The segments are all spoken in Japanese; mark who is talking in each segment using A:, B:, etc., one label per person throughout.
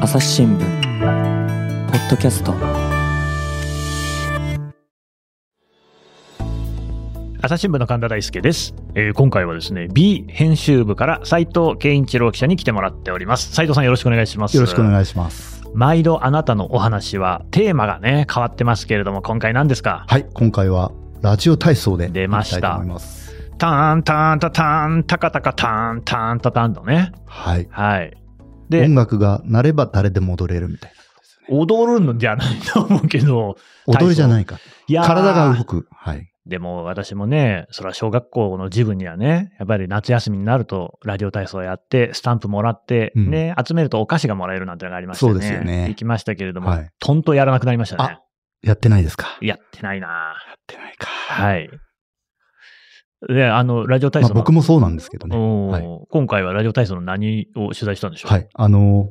A: 朝日新聞ポッドキャスト
B: 朝日新聞の神田大輔です、えー今回はですね B 編集部から斉藤健一郎記者に来てもらっております斉藤さんよろしくお願いします
C: よろしくお願いします。
B: 毎度あなたのお話はテーマがね変わってますけれども今回何ですか
C: はい、今回はラジオ体操で
B: 出ました
C: いきいと思います。
B: ターンターンタターンタカタカターンターンタターンのね
C: はい。
B: はいで
C: 音楽が鳴れば誰でも踊れるみたい
B: 踊るんじゃないと思うけど
C: な。踊りじゃないか。
B: いやー
C: 体が動く。はい。
B: でも私もね、そら小学校のジムにはね、やっぱり夏休みになるとラジオ体操やって、スタンプもらって、
C: うん
B: ね、集めるとお菓子がもらえるなんてのがありましたね。
C: そうですよね
B: 行きましたけれども、
C: はい
B: とんとやらなくなりましたね。
C: やってないですかや
B: やってないなぁ
C: ってないか。
B: はい。で、あの、ラジオ体
C: まあ
B: 操の、
C: 僕もそうなんですけどね。
B: おー
C: は
B: 今回はラジオ体操の何を取材したんでしょう
C: はい。あのー、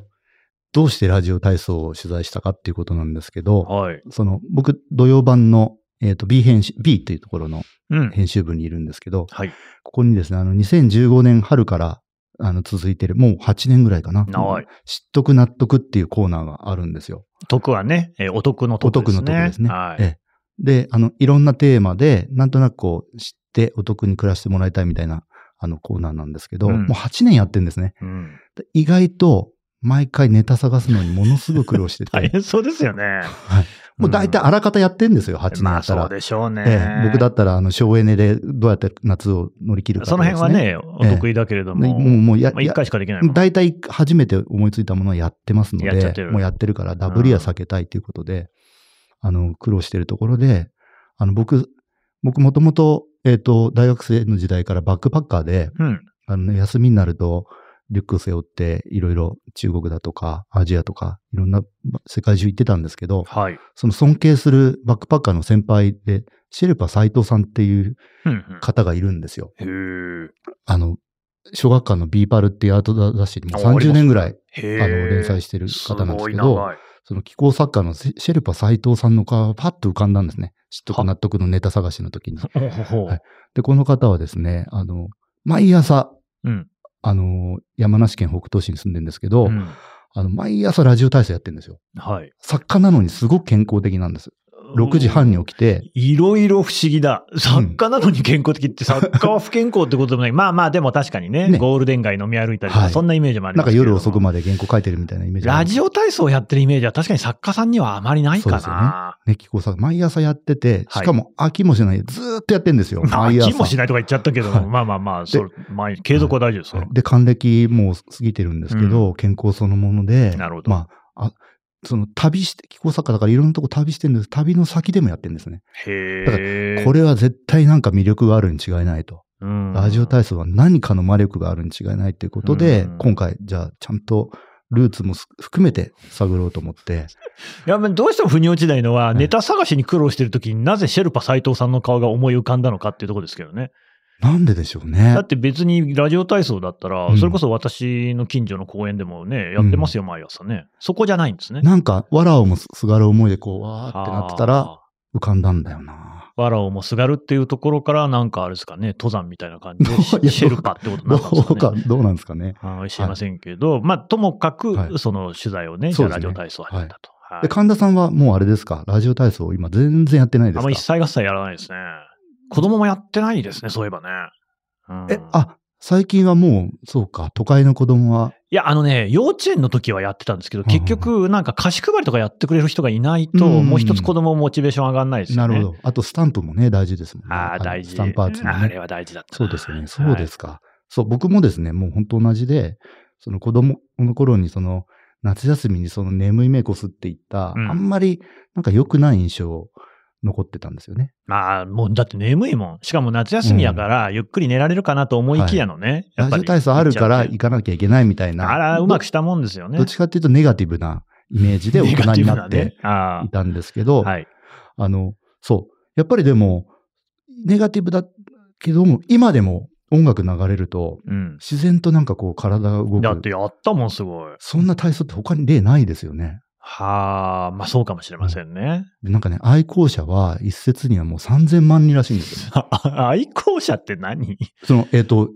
C: どうしてラジオ体操を取材したかっていうことなんですけど、
B: はい。
C: その、僕、土曜版の、えっ、と、B 編集、B というところの
B: うん。
C: 編集部にいるんですけど、
B: はい。
C: ここにですね、あの、2015年春から、あの、続いてる、もう8年ぐらいかな。
B: はい
C: 知っとく納得っていうコーナーがあるんですよ。
B: 得はね、えーお得の
C: お
B: 得で
C: 得
B: すね。
C: の得ですね。
B: はい。
C: ええで、あの、いろんなテーマで、なんとなくこう、知ってお得に暮らしてもらいたいみたいな、あの、コーナーなんですけど、
B: うん
C: もう8年やってんですね。
B: うん、
C: で意外と、毎回ネタ探すのにものすごく苦労してて、
B: 大変そうですよね。
C: はい もう大体あらかたやってんですよ、8年
B: ま
C: や
B: あ
C: ったら。
B: そうでしょうね。
C: ええ僕だったら、あの、省エネでどうやって夏を乗り切るかと
B: その
C: かです、
B: 辺はね、お得意だけれども、
C: ね、もう、もうや、
B: まあ、1回しかできないもん。
C: 大体初めて思いついたものをやってますの
B: やっちゃっ
C: で
B: てる、
C: もうやってるからダブりは避けたいということで、あの、苦労してるところで、あの、僕、僕もともと、えっ、と、大学生の時代からバックパッカーで、
B: うん。
C: あのね、休みになると、リュック背負って、いろいろ中国だとか、アジアとか、いろんなば世界中行ってたんですけど、
B: はい。
C: その尊敬するバックパッカーの先輩で、シェルパ斎藤さんっていう
B: うんうん
C: 方がいるんですよ。
B: へー
C: あの、小学館のビーパルっていうアート雑誌にも
B: ああります
C: 30年ぐらい、
B: へ
C: あ
B: ー
C: の、連載してる方なんですけ
B: ごい
C: ど、
B: 長い
C: その気候作家のシシェルパ斎藤さんの顔がパッと浮かんだんですね。知っと
B: は
C: く納得のネタ探しの時に。
B: ほうほうほう
C: はいで、この方はですね、あの、毎朝、
B: うん
C: あの、山梨県北東市に住んでるんですけど、
B: うん
C: あの、毎朝ラジオ体操やってるんですよ。
B: はい。
C: 作家なのにすごく健康的なんです。6時半に起きて、
B: いろいろ不思議だ。作家なのに健康的 って、作家は不健康ってことでもない。まあまあ、でも確かにね、
C: ね
B: ゴールデン街飲み歩いたりとか、
C: はい
B: そんなイメージもありま
C: な
B: す
C: んか
B: けれど
C: 夜遅く
B: も
C: まで原稿書いてるみたいなイメージ
B: ラジオ体操やってるイメージは確かに作家さんにはあまりないかな。
C: ね、気候作家、毎朝やってて、
B: はい
C: しかも飽きもしない、ずーっとやってるん ですよ。
B: まあ、
C: 毎朝。
B: 気もしないとか言っちゃったけど、
C: はい
B: まあまあまあ、それ、まあ、継続は大事ですよ。
C: で、還暦もう過ぎてるんですけど、健康そのもので、
B: なるほど
C: まあ、あその旅して、気候作家だからいろんなとこ旅してるんです旅の先でもやってるんですね。だか
B: へえ。
C: これは絶対なんか魅力があるに違いないと。
B: うん、
C: ラジオ体操は何かの魔力があるに違いないということで、
B: うん
C: 今回、じゃあちゃんとルーツもす含めて探ろうと思って、
B: いや、まあどうしても腑に落ちないのは、
C: い
B: ネタ探しに苦労してるときになぜシェルパ斎藤さんの顔が思い浮かんだのかっていうところですけどね。
C: なんででしょうね
B: だ。って別にラジオ体操だったら
C: う、ん
B: それこそ私の近所の公園でもね、やってますよ、毎朝ね。そこじゃないんですね。
C: なんか、わらをもすすがる思いでこう、わーってなってたら、
B: あ
C: 浮かんだんだよな。
B: ー。わらをもすがるっていうところから、なんかあれですかね、登山みたいな感じ
C: ど
B: で、
C: う
B: シ
C: いや
B: シェルパってことに
C: ど
B: なったんです
C: う
B: か
C: か
B: ね。、
C: どうなんですかね。
B: はい知りませんけど、まあ、ともか
C: は
B: く、
C: い
B: その取材をね、じ
C: そ
B: ゃ
C: う
B: あ
C: です
B: ラジオ
C: ね
B: 体操を始めたと。はい
C: で、神田さんはもうあれですかラジオ体操今全然やってないで
B: あん
C: す
B: ま
C: か
B: 一切合切やらないですね。子供もやってないですね、そういえばね。うん
C: え、あ、最近はもう、そうか、都会の子供は、
B: いや、あのね、幼稚園の時はやってたんですけど、
C: うんうん
B: 結局、なんか貸し配りとかやってくれる人がいないと、
C: うんうん
B: もう一つ子供もモチベーション上がんないですよ
C: な
B: ね。
C: るほど。あとスタンプもね、大事ですもんね。
B: ああ、
C: の
B: 大事。
C: スタンパーツも
B: あれ
C: ね。
B: は大事だった
C: そ
B: な。。
C: うですよね。そうですすか。そう、僕もですね、もう本当同じで、その子供の頃にその、夏休みにその眠い目こすっていった、
B: うん
C: あんまりなんか良くない印象残ってたんですよね。
B: まあ、もうだって眠いもん。しかも夏休みやから、ゆっくり寝られるかなと思いきやのね。や
C: ラ
B: っぱ
C: ジオ
B: り
C: 体操あるから
B: 行っ
C: 行かなきゃいけないみた
B: ち
C: い
B: ゃう
C: な。
B: あら、うまくしたもんですよ
C: ど
B: ね。
C: どっちかっていうとネガティブなイメージで大人になっ
B: ネガティ
C: て
B: ブなね。あ
C: いたんですけど、
B: あ。はい。
C: あの、そう。やっぱりでも、ネガティブだけども、今でも音楽流れると、
B: うん。
C: 自然となんかこう体が動
B: だって
C: く。
B: やったもん、すごい。
C: そんな体操って他に例ないですよね。
B: はあ、まあそうかもしれません ね。
C: でなんかね、愛好者は一説にはもう3000万人らしいんですよ、ね。
B: あ愛好者って何
C: その、えっ、と、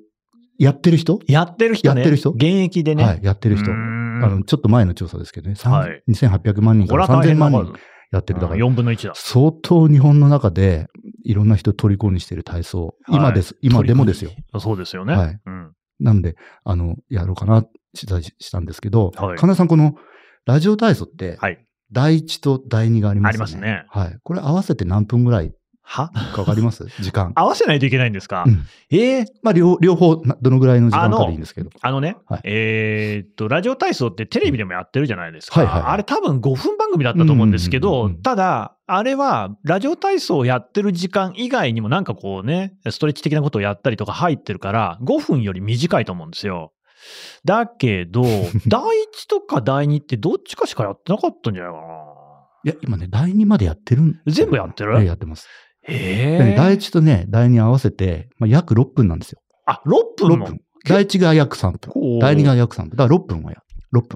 C: やってる人、
B: やってる人ね。
C: やってる人
B: 現役でね。
C: はい、やってる人
B: うー。んうん
C: あの、ちょっと前の調査ですけどね、さん
B: はい
C: 2800万人
B: こ
C: か
B: れ
C: ら
B: は大
C: 3000
B: 変な
C: 万
B: 数
C: 人。やってる。だから、
B: 4分の1だ。
C: 相当日本の中で、いろんな人を虜にしてる体操。今です。今でもですよ。
B: そうですよね。
C: はい
B: うん。
C: なんで、あの、やろうかな、取材したんですけど、
B: はい
C: 神田さん、この、ラジオ体操って、
B: はい。
C: 第一と第二がありま
B: あ
C: すね。
B: りますね
C: はい。これ合わせて何分ぐらい
B: は
C: かわかります 時間。
B: 合わせないといけないんですか、
C: うん
B: ええ
C: まあ、両両方、などのぐらいの時間
B: あ
C: か
B: の
C: でいいんですけど。
B: あのね、
C: はい
B: えーっと、ラジオ体操ってテレビでもやってるじゃないですか。
C: はいはいはい
B: あれ多分5分番組だったと思うんですけど、
C: うんうんうんうん
B: ただ、あれはラジオ体操をやってる時間以外にもなんかこうね、ストレッチ的なことをやったりとか入ってるから、5分より短いと思うんですよ。だけ ど、第1とか第2ってどっちかしかやってなかったんじゃないかな。
C: いや、今ね、第二までやってるん
B: 全部やってる
C: ええやってます。
B: え
C: でね
B: え
C: 第一とね、第二合わせて、まあ、約6分なんですよ。
B: あ、6
C: 6
B: 分も。
C: 分。第一が約3分。
B: こう
C: 第二が約3分。だから6分はや。6分。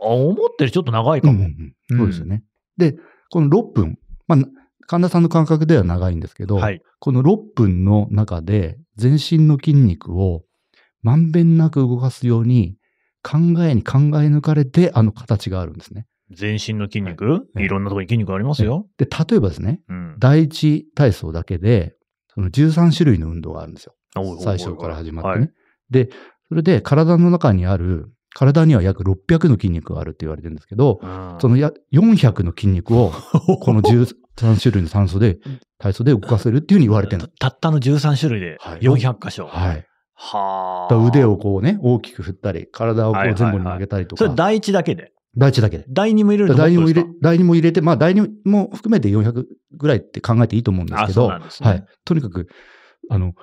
B: あ思ったよりちょっと長いか
C: うん
B: も。
C: うんうんそうですよね。で、この6分。まあ、神田さんの感覚では長いんですけど、
B: はい。
C: この6分の中で全身の筋肉をまんべんなく動かすように考えに考え抜かれてあの形があるんですね。
B: 全身の筋肉、
C: はい
B: い、ろんなところに筋肉ありますよ。
C: で、例えばですね、
B: うん。
C: 第一体操だけでその13種類の運動があるんですよ。
B: おいおいおいおい
C: 最初から始まって
B: は
C: ね。
B: い
C: で、それで体の中にある、体には約600の筋肉があるって言われてるんですけど、
B: うん
C: そのや400の筋肉をこの13種類の酸素で、体操で動かせるっていうふうに言われて るんで
B: たたったの13種類で
C: はい
B: 400箇所。
C: す。はい。
B: は
C: だから腕
B: を。
C: をこうね、大きく振ったり、体をこ
B: はいうはいは
C: 前
B: い
C: 後に曲げたりとか、
B: それ第一だけで。
C: 第一だけで。
B: 第二も入れると
C: 第二も入れ
B: もっと、
C: 第二も入れて、まあ第二も含めて400ぐらいって考えていいと思うんです
B: あ、
C: け
B: そ
C: ど、
B: うなんですね。
C: はい。とにかく、あの、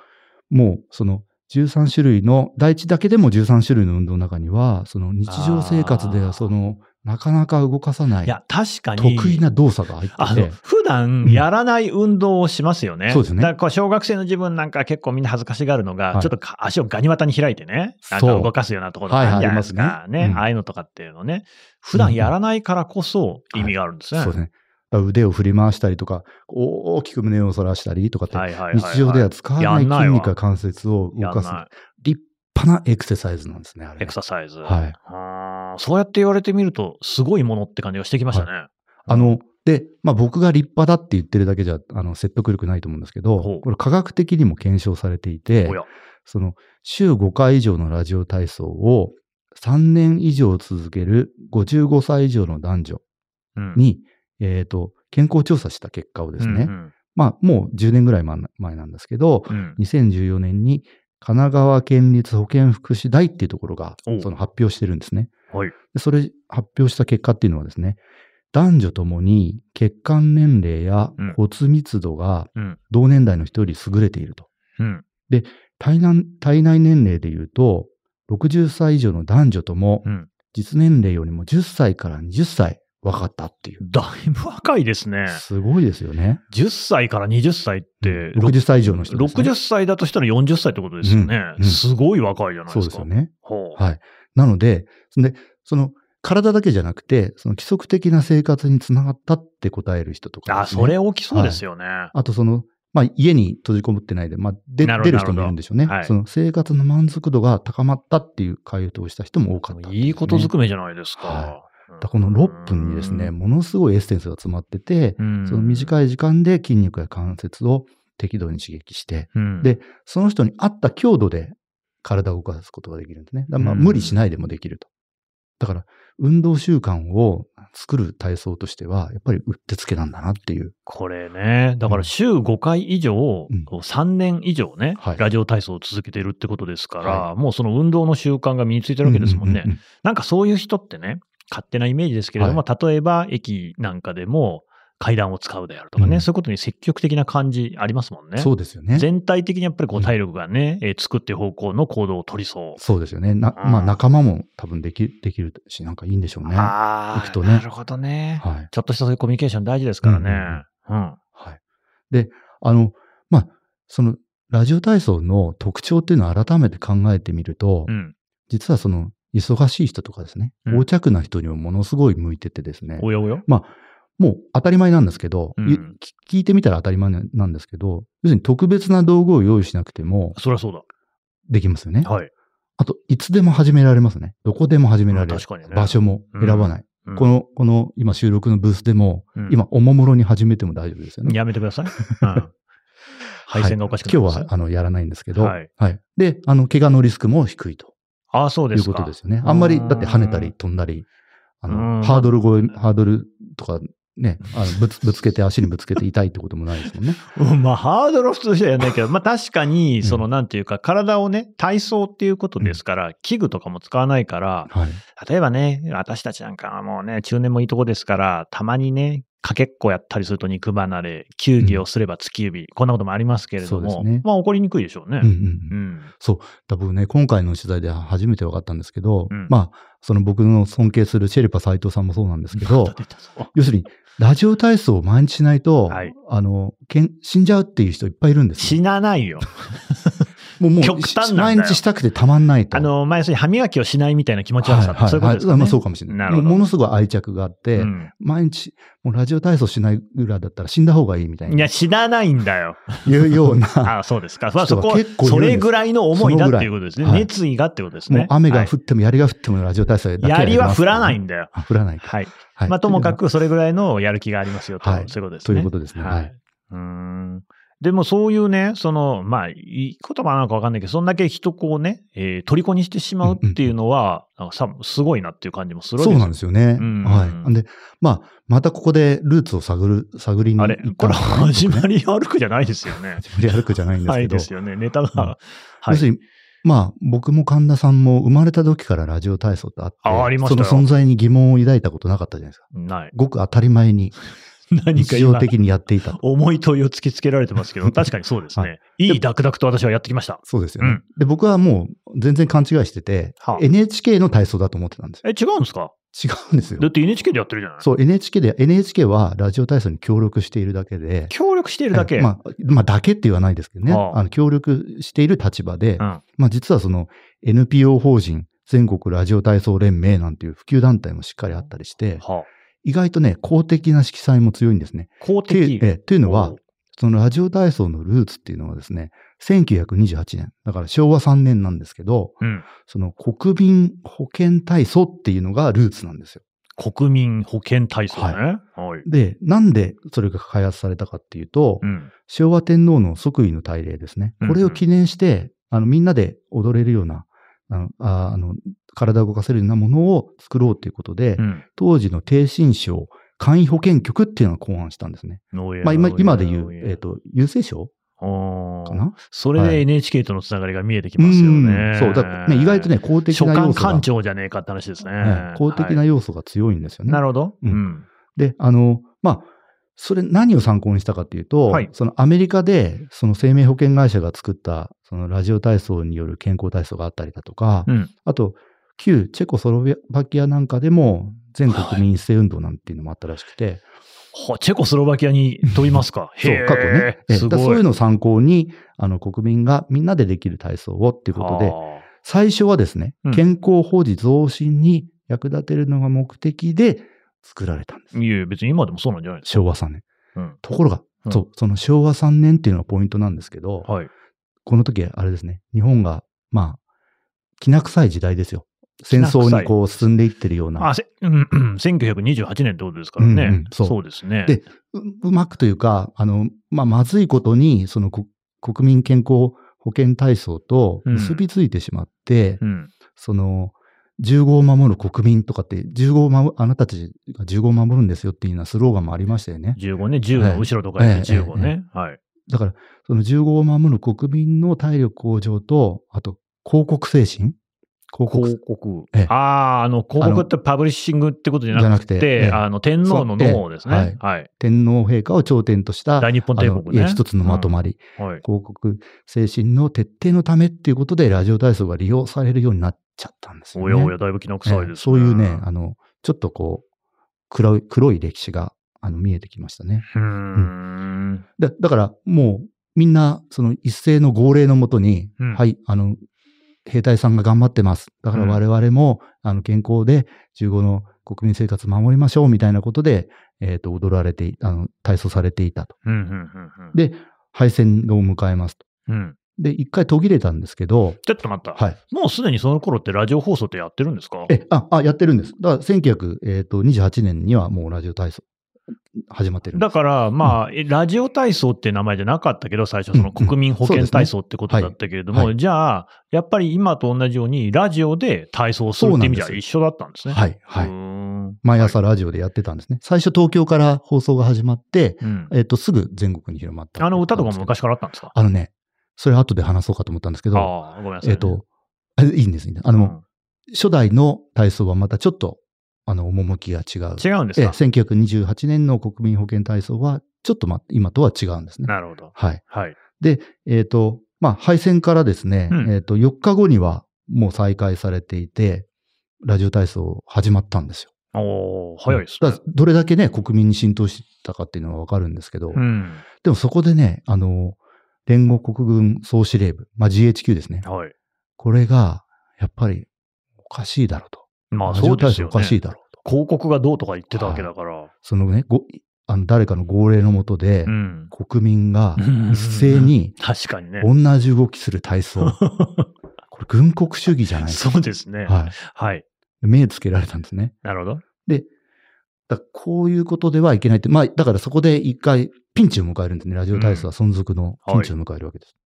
C: もうその13種類の、第一だけでも13種類の運動の中には、その日常生活で
B: あー
C: はその、なかなか動かさないい、
B: や、確かに。
C: 得意な動作が入
B: あ
C: って
B: の
C: て、
B: 普段やらない運動をしますよね。
C: うんそうです
B: だ
C: ね
B: からこう小学生の自分なんか結構みんな恥ずかしがるのが、
C: はい
B: ちょっとか足をガニ股に開いてね、なんか
C: そう
B: 動かすようなところとかあるじゃないです
C: はいはい
B: か
C: あ。りま
B: ね
C: すねうん
B: ああいうのとかっていうのね、普段やらないからこそ意味があるんですね。
C: そうですね。だから腕を振り回したりとか、大きく胸を反らしたりとかって、
B: はいはいはい、はい。
C: 日常では使わな
B: や
C: い
B: んないわ
C: 筋肉や関節を動
B: や
C: か
B: ん
C: す
B: な
C: 立派なエクササイズなんですね、あれ
B: い
C: ね。
B: エクササイズ。
C: はい。
B: あーそうやって言われてみると、すごいものって感じがしてきましたね。
C: あの、で、まあ僕が立派だって言ってるだけじゃ、あの、説得力ないと思うんですけ
B: ほ
C: ど
B: う、
C: これ科学的にも検証されていて
B: お、や。
C: その、週5回以上のラジオ体操を3年以上続ける55歳以上の男女
B: うん
C: に、えっ、と、健康調査した結果をですね、
B: うん
C: まあもう10年ぐらい前前なんですけど、
B: うんうん
C: 2014年に神奈川県立保健福祉大っていうところが
B: おう
C: その発表してるんですね。
B: はい
C: でそれ発表した結果っていうのはですね、男女ともに血管年齢や
B: うん
C: 骨密度が
B: うん
C: 同年代の人より優れていると。
B: うん
C: 体内体内年齢でいうと、60歳以上の男女とも
B: うん
C: 実年齢よりも10歳から20歳若かったっていう。
B: だいぶ若いですね。
C: すごいですよね。
B: 10歳から20歳って、
C: 60歳以上の人です、ね。
B: 60歳だとしたら40歳ってことですよね。
C: うんうん
B: すごい若いじゃない
C: そ
B: です
C: うで
B: か。
C: すよね。
B: ほう
C: はい。なので、でその、体だけじゃなくて、その規則的な生活につながったって答える人とか、
B: あ、
C: ですね
B: それ起きそうですよね。
C: あとその、まあ、家に閉じこもってないで、まあ、で
B: なるほど
C: 出る人もいるんでしょうね、
B: なるほどはい
C: その生活の満足度が高まったっていう回答をした人も多かったってうね、
B: いいことずくめじゃないですか。
C: はだからこの6分にですね、ものすごいエッセンスが詰まってて、
B: うん、
C: その短い時間で筋肉や関節を適度に刺激して、
B: うん
C: でその人に合った強度で体を動かすことができるんですね。だからまあ
B: うん
C: 無理しないでもできると。だから、運動習慣を作る体操としては、やっぱりうってつけなんだなっていう。
B: これね、だから週5回以上、
C: ん
B: こう3年以上ね、
C: はい
B: ラジオ体操を続けているってことですから、
C: は
B: もうその運動の習慣が身についてるわけですもんね。
C: ううう
B: なんかそういう人ってね、勝手なイメージですけれども、例えば駅なんかでも階段を使うであるとかね、
C: うん
B: そういうことに積極的な感じありますもんね。
C: そうですよね。
B: 全体的にやっぱりこ
C: う
B: うん体力がね、えーつくっていう方向の行動を取りそう。
C: そうですよね。な、
B: うん
C: まあ仲間も多分でき、できるし、なんかいいんでしょうね。は
B: あ
C: 行く
B: あ、
C: とね
B: なるほどね。
C: い。
B: ちょっとしたそういうコミュニケーション大事ですからね。うん
C: はい。で、あの、まあ、その、ラジオ体操の特徴っていうのを改めて考えてみると、
B: うん。
C: 実はその、忙しい人とかですね、
B: うん
C: 横着な人にもものすごい向いててですね、
B: おやおや。
C: もう当たり前なんですけど、
B: うん
C: い聞いてみたら当たり前なんですけど、要するに特別な道具を用意しなくても
B: そりゃそう
C: できますよね。
B: だ。はい。
C: あと、いつでも始められますね。どこでも始められる。
B: あ確かにね
C: 場所も選ばない。
B: うん
C: この、この今収録のブースでも、
B: うん
C: 今おもむろに始めても大丈夫ですよね。
B: やめてくだ さい。うん。配線がおかしくなり
C: 今
B: ます
C: 日は、あの、やらないんですけど、
B: は
C: はいい。で、あの、怪我のリスクも低いと
B: ああ、そう
C: い
B: で
C: う
B: すか。
C: ことですよね。あんまり、だって跳ねた
B: うん
C: り飛んだり、あ
B: うん
C: の、ハードル越え、ハードルとか、ね、あのぶつぶつけて、足にぶつけて痛いってこともないですもんね。
B: うんまあ、ハードルは普通じゃやんないけど、まあ確かに、
C: ん
B: その、なんていうか、体をね、体操っていうことですから、器具とかも使わないから、
C: はい。
B: 例えばね、私たちなんかはもうね、中年もいいとこですから、たまにね、かけっこやったりすると肉離れ、球技をすれば突き指、こんなこともありますけれども、
C: そうですね
B: まあ起こりにくいでしょうね
C: うん。うん
B: う。ん。
C: だ僕ね、今回の取材で初めて分かったんですけど、
B: うん
C: まあ、その僕の尊敬するシェルパ斎藤さんもそうなんですけど
B: ま、 た出たぞ
C: 要するに、ラジオ体操を毎日しないと、
B: はい
C: あの、けん死んじゃうっていう人いっぱいいるんですよ
B: 死なないよ。
C: もう、もう、
B: 極端なんだよ
C: 毎日したくてたまんないと。
B: あの、まあ、要するに歯磨きをしないみたいな気持ち悪さ、
C: はいはい
B: そういうことですよ
C: はいま
B: ね。
C: あそうかもしれない。
B: なるほど
C: もうものすごい愛着があって、
B: うん
C: 毎日、もうラジオ体操しないぐらいだったら死んだ方がいいみたい
B: い
C: な、
B: や、死なないんだよ。
C: いうような、
B: ああ、そうですか。まあ、そ
C: 人
B: こ
C: が結構いるんです
B: それぐらいの思いだっていうことですね。
C: そのぐらいはい
B: 熱意がってことです
C: も
B: ね
C: う。雨が
B: はい
C: 降っても槍が降ってもラジオ体操だけはや
B: 槍
C: り
B: は
C: ます
B: 降らないんだよ。
C: あ降らないか。
B: はい。
C: はい
B: まあ、ともかく、それぐらいのやる気がありますよと、
C: はい
B: そういうことです
C: と
B: ね。
C: いうことですね。は
B: はいい。。うーん。でも、そういうね、その、まあ、いい言葉なのかわかんないけど、そんだけ人こうね、えー、虜にしてしまうっていうのは、なんかさ、すごいなっていう感じもするわけ
C: そうなん
B: で
C: ですよね。
B: うん
C: はい。で、まあ、またここでルーツを探る、探りに
B: すあ
C: 行
B: れ
C: っ、
B: こ
C: たん
B: れ
C: ですね
B: 始まり歩くじゃないですよね。
C: 僕ね始まり歩くじゃ ないんです
B: は
C: け
B: い
C: ど。
B: ですよね。ネタが、
C: うん
B: は
C: 要す
B: い。
C: るに、まあ、僕も神田さんも生まれた時からラジオ体操ってあって、
B: あありましたよ
C: その存在に疑問を抱いたことなかったじゃないですか。
B: ない。
C: ごく当たり 前に、
B: 何か
C: 日
B: 今
C: 常的にやっていたと。
B: 重い問いを突きつけられてます けど、確かにそうですね。、
C: はい
B: いダクダクと私はやってきました。
C: そうですよね、
B: うん
C: で、僕はもう全然勘違いしてて、
B: はあ
C: NHK の体操だと思ってたんです
B: え、違うんですか
C: よ。違うんですよ
B: だ。って NHK でやってるじゃない
C: そう、NHK で、NHK はラジオ体操に協力しているだけで、
B: 協力しているだけ。
C: えまあ、まあ、だけって言わないですけどね。
B: はあ
C: あの協力している立場で、
B: うん
C: まあ、実はその NPO 法人、全国ラジオ体操連盟なんていう普及団体もしっかりあったりして、
B: はあ
C: 意外とね、公的な色彩も強いんですね。
B: 公
C: とい
B: 的
C: う。えというのは
B: おう、
C: そのラジオ体操のルーツっていうのはですね、1928年、だから昭和3年なんですけど、
B: うん。
C: その国民保健体操っていうのがルーツなんですよ。
B: 国民保健体操ね。はい。
C: で、なんでそれが開発されたかっていうと、
B: うん。
C: 昭和天皇の即位の大礼ですね。
B: うんうん
C: これを記念して、あの、みんなで踊れるような、あの、ああの体を動かせるようなものを作ろうということで、
B: うん。
C: 当時の低信省簡易保健局っていうのを考案したんですね。
B: のえ
C: まあ、今、今で言
B: の
C: う、
B: え
C: えっ、と、郵政省
B: おー
C: かな
B: それ
C: は
B: で
C: い
B: NHK とのつながりが見えてきますよね
C: ん。そう、だからね、意外とね、公的
B: 所
C: な要
B: 管
C: 素が、
B: 官庁じゃねえかって話ですね。
C: はい公的な
B: はい
C: 要素が強いんですよね。
B: なるほど。う
C: うん
B: ん。
C: で、あの、まあ、それ何を参考にしたかっていうと、
B: はい
C: そのアメリカで、その生命保険会社が作った、そのラジオ体操による健康体操があったりだとか、
B: うん
C: あと、旧チェコスロバキアなんかでも、全国民一斉運動なんていうのもあったらしくて、
B: はチェコスロバキアに飛びますか。
C: そう
B: へー
C: 過去ね。え
B: す
C: だからそ
B: ご
C: うい
B: いう
C: のを参考に、あの、国民がみんなでできる体操をっていうことで、
B: はあ
C: 最初はですね
B: うん、
C: 健康保持増進に役立てるのが目的で作られたんです。
B: いやいや別に今でもそうなんじゃないです
C: 昭和3年。
B: か。うん
C: ところが、
B: うん
C: そう、その昭和3年っていうのがポイントなんですけど、
B: はい。
C: この時、あれですね、日本が、まあ、きな臭い時代ですよ。戦争にこう進んでいってるような
B: あ、、せ、うん、うん1928年ってことですからね。
C: うんうんそう
B: そうですね。
C: でううまくというか、あの、まあ、まずいことに、そのこ国民健康保険体操と結びついてしまって、
B: うん。
C: その、15を守る国民とかって、15を守る、あなたたちが15を守るんですよっていうようなスローガンもありましたよね。
B: 15ね、10の後ろとか
C: え
B: で
C: え
B: 15ね。はい。
C: だから、その15を守る国民の体力向上と、あと、広告精神広告
B: 広告
C: ええ。
B: ああ、あの、広告ってパブリッシングってことじゃなくて、
C: じゃなくてええ
B: あの、天皇の脳です
C: そう
B: ね
C: え。
B: はい。
C: 天皇陛下を頂点とした、
B: 大日本
C: あ
B: 帝
C: の
B: 国
C: い
B: ね。
C: や一つのまとまり、
B: うん。はい。
C: 広告精神の徹底のためっていうことで、ラジオ体操が利用されるようになっちゃったんですよ、
B: お
C: ね。
B: やおや、だいぶ気の臭いです、
C: ええそういうね、あの、ちょっとこう、黒い、黒い歴史が、あの、見えてきましたね。
B: うーん。
C: だだから、もう、みんな、その一斉の号令のもとに、
B: うん
C: はい、あの、兵隊さんが頑張ってます。だから
B: うん
C: 我々も、あの、健康で、15の国民生活守りましょう、みたいなことで、えっ、と、踊られてい、あの、体操されていたと。
B: うん、うん、うんうん。
C: で敗戦を迎えますと。
B: うん。
C: で、一回途切れたんですけど、
B: ちょっと待った。
C: はい。
B: もうすでにその頃ってラジオ放送ってやってるんですか
C: え、あ、あ、やってるんです。だから、1928年にはもうラジオ体操、始まってるんです
B: だから、まあ、えラジオ体操って名前じゃなかったけど、最初、その
C: うんうん
B: 国民保
C: そうで
B: 健
C: すね
B: 体操ってことだったけれども、
C: はいは
B: じゃあ、やっぱり今と同じように、ラジオで体操をするって意味じゃ
C: そうなん
B: 一
C: で
B: 緒だったんですね。
C: はい、は
B: うー
C: い。
B: ん
C: 毎朝ラジオでやってたんですね。最初東京から放送が始まって、
B: うん
C: えっ、と、すぐ全国に広まった。
B: あの歌とかも。昔からあったんですか
C: あのね、それ後で話そうかと思ったんですけど、
B: ああ、ごめんなさい、
C: えっ、と、あいいんです、いいんです。あの、
B: うん
C: 初代の体操はまたちょっと、あの、趣が違う。
B: 違うんです
C: ええ、
B: か、
C: 1928年の国民保健体操は、ちょっとま、今とは違うんですね。
B: なるほど。
C: はい。
B: はい。
C: えっ、と、まあ、敗戦からですね、
B: うん
C: えっ、と、4日後にはもう再開されていて、ラジオ体操始まったんですよ。
B: おお早いです
C: だ
B: ね
C: か。らどれだけね、国民に浸透してたかっていうのはわかるんですけど、
B: うん。
C: でもそこでね、あの、連合国軍総司令部、まあ、GHQ ですね。
B: はい。
C: これが、やっぱり、おかしいだろうと。
B: まあ、
C: ラジ
B: そ
C: オ
B: うで
C: 体
B: す
C: 操
B: よ
C: おか
B: ね。
C: しいだろうと。
B: 広告がどうとか言ってたわけだから。
C: そのね、ごあの誰かの号令のもとで、
B: うん。
C: 国民が
B: うん
C: 一斉に
B: 確かにね。
C: 同じ動きする 体操。これ軍国主義じゃないです
B: そうですね。
C: か。はい。
B: はい。
C: 目つけられたんですね。
B: なるほど。
C: だからこういうことではいけないって、まあ、だからそこで一回ピンチを迎えるんですね。ラジオ体操は存続のピンチを迎えるわけです。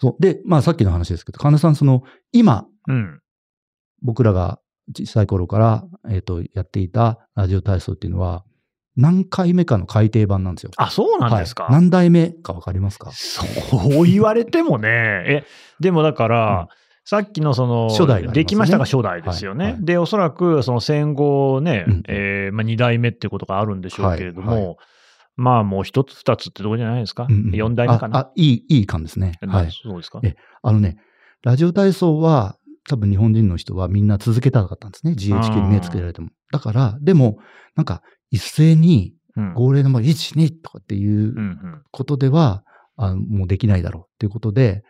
C: そう。で、まあさっきの話ですけど、神田さん、その、今、
B: うん。
C: 僕らが小さい頃から、えっ、と、やっていたラジオ体操っていうのは、何回目かの改訂版なんですよ。
B: あ、そうなんですか、
C: はい何代目かわかりますか
B: そう言われてもね。え、でもだから、さっきのその、
C: 初代がありますね
B: できましたが初代ですよね。
C: はいはい
B: で、おそらくその戦後ね、
C: うん
B: えーまあ、2代目っていうことがあるんでしょうけれども、
C: はい
B: まあもう一つ二つってとこじゃないですか。
C: うんうん
B: 4代目かな。
C: ああ、いい、いい感ですね。
B: え
C: はい。
B: そうですか
C: えあのね、ラジオ体操は、多分日本人の人はみんな続けたかったんですね。GHQ に目つけられても。だから、でも、なんか、一斉に
B: うん
C: 号令の前、1、2とかっていう
B: うんう
C: うんことでは、あのもうできないだろうっていうことで、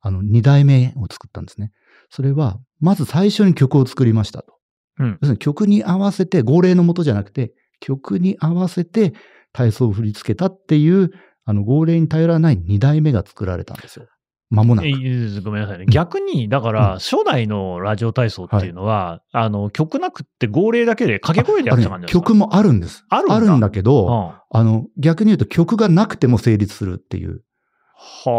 C: あの、二代目を作ったんですね。それは、まず最初に曲を作りましたと。
B: うん
C: 要するに曲に合わせて、号令のもとじゃなくて、曲に合わせて体操を振り付けたっていう、あの、号令に頼らない二代目が作られたんですよ。間もなく。
B: えごめんなさいね。逆に、だから、
C: うん
B: 初代のラジオ体操っていうのは、あの、曲なくって号令だけで掛け声でやってた
C: ああ
B: 感
C: の
B: じなんですか
C: ね曲もあるんです。
B: あるんだ
C: けど、
B: うん
C: あの、逆に言うと曲がなくても成立するっていう、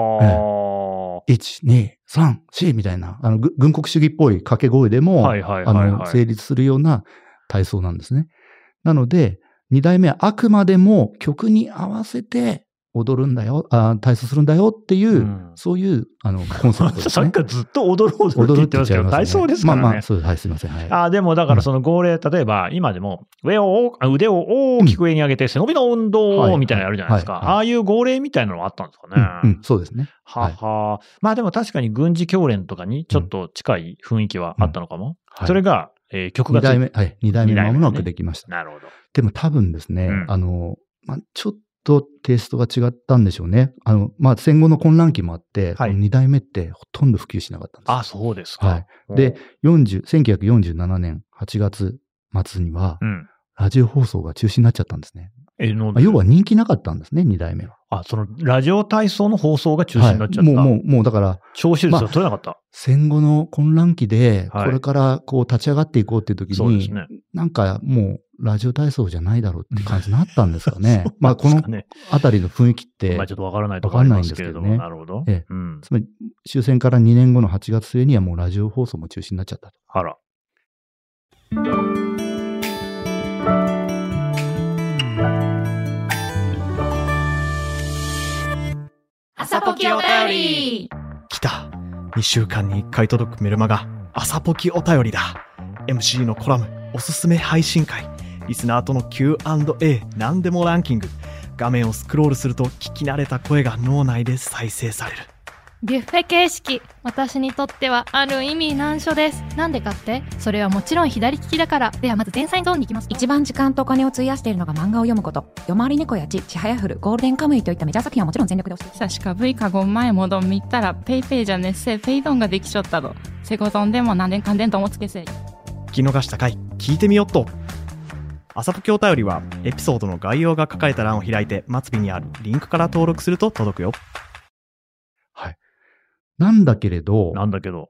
B: は
C: 1、2、3、4みたいな、あの、ぐ軍国主義っぽい掛け声で
B: あ。
C: も、
B: はいはいはい、
C: あの、
B: はい。
C: 成立するような体操なんですね。なので、二代目はあくまでも曲に合わせて踊るんだよ、あ体操するんだよっていう、
B: うん
C: そういう、あの、コンセプトで
B: さ
C: す
B: っ
C: ね
B: き。からずっと踊ろう踊るって言ってますけど、体操ですからね。
C: まあまあ、そうです。はい、すいません。はい。
B: あーでもだからその号令、例えば今でも上を大あ腕を大きく上に上げて背伸びの運動みたいなのやるじゃないですか。
C: はいはいはい
B: ああいう号令みたいなのもあったんですかね。
C: うん、うん、そうですね。
B: ははまあでも確かに軍事教練とかにちょっと近い雰囲気はあったのかも。
C: はい、
B: それが、えー曲が
C: 二
B: つい
C: 代目、はい、二代目間もなくできました。
B: なるほど。
C: でも多分ですね、
B: うん
C: あの、まあ、ちょっとテイストが違ったんでしょうね。あの、まあ、戦後の混乱期もあって、
B: はい
C: この二代目ってほとんど普及しなかったんです。
B: あ、そうですか。
C: はい
B: うん
C: で、40 1947年8月末には、
B: うん。
C: ラジオ放送が中止になっちゃったんですね。
B: えの
C: まあ、要は人気なかったんですね、二代目は。
B: あ、その、ラジオ体操の放送が中止になっちゃった。
C: はい、もう、もう、もうだから、
B: 聴取率が取れなかった。
C: 戦後の混乱期で、こ
B: はい
C: れからこう立ち上がっていこうっていう時
B: そうで
C: に、
B: すね。
C: なんかもうラジオ体操じゃないだろうって感じになったんです かね。まあこの
B: ですかね
C: あたりの雰囲気って
B: まあ、ちょっとわからないところありますけれども、
C: わ
B: な
C: か
B: るほど。
C: ええ
B: うん。
C: つまり終戦から2年後の8月末にはもうラジオ放送も中止になっちゃったと。
B: あら。
D: 朝ポキお便り
E: 来た2週間に1回届くメルマガ「朝ポキお便りだ」MC のコラムおすすめ配信会リスナーとの Q&A 何でもランキング画面をスクロールすると聞き慣れた声が脳内で再生される
D: ビュッフェ形式私にとってはある意味難所ですなんでかってそれはもちろん左利きだからではまず前菜ゾーンに行きます
F: 一番時間とお金を費やしているのが漫画を読むこと。夜回り猫やち、ちはやふる、ゴールデンカムイといったメジャー作品はもちろん全力で推していきたい
G: 久しかぶいかごん前もどん見たらペイペイじゃねっせペイドンができちょったどせごどんでも何年かんでんともつけせ
E: 聞き逃した回聞いてみよっと朝ポキお便りはエピソードの概要が書かれた欄を開いて末尾にあるリンクから登録すると届くよ
C: なんだけれど、
B: なんだけど。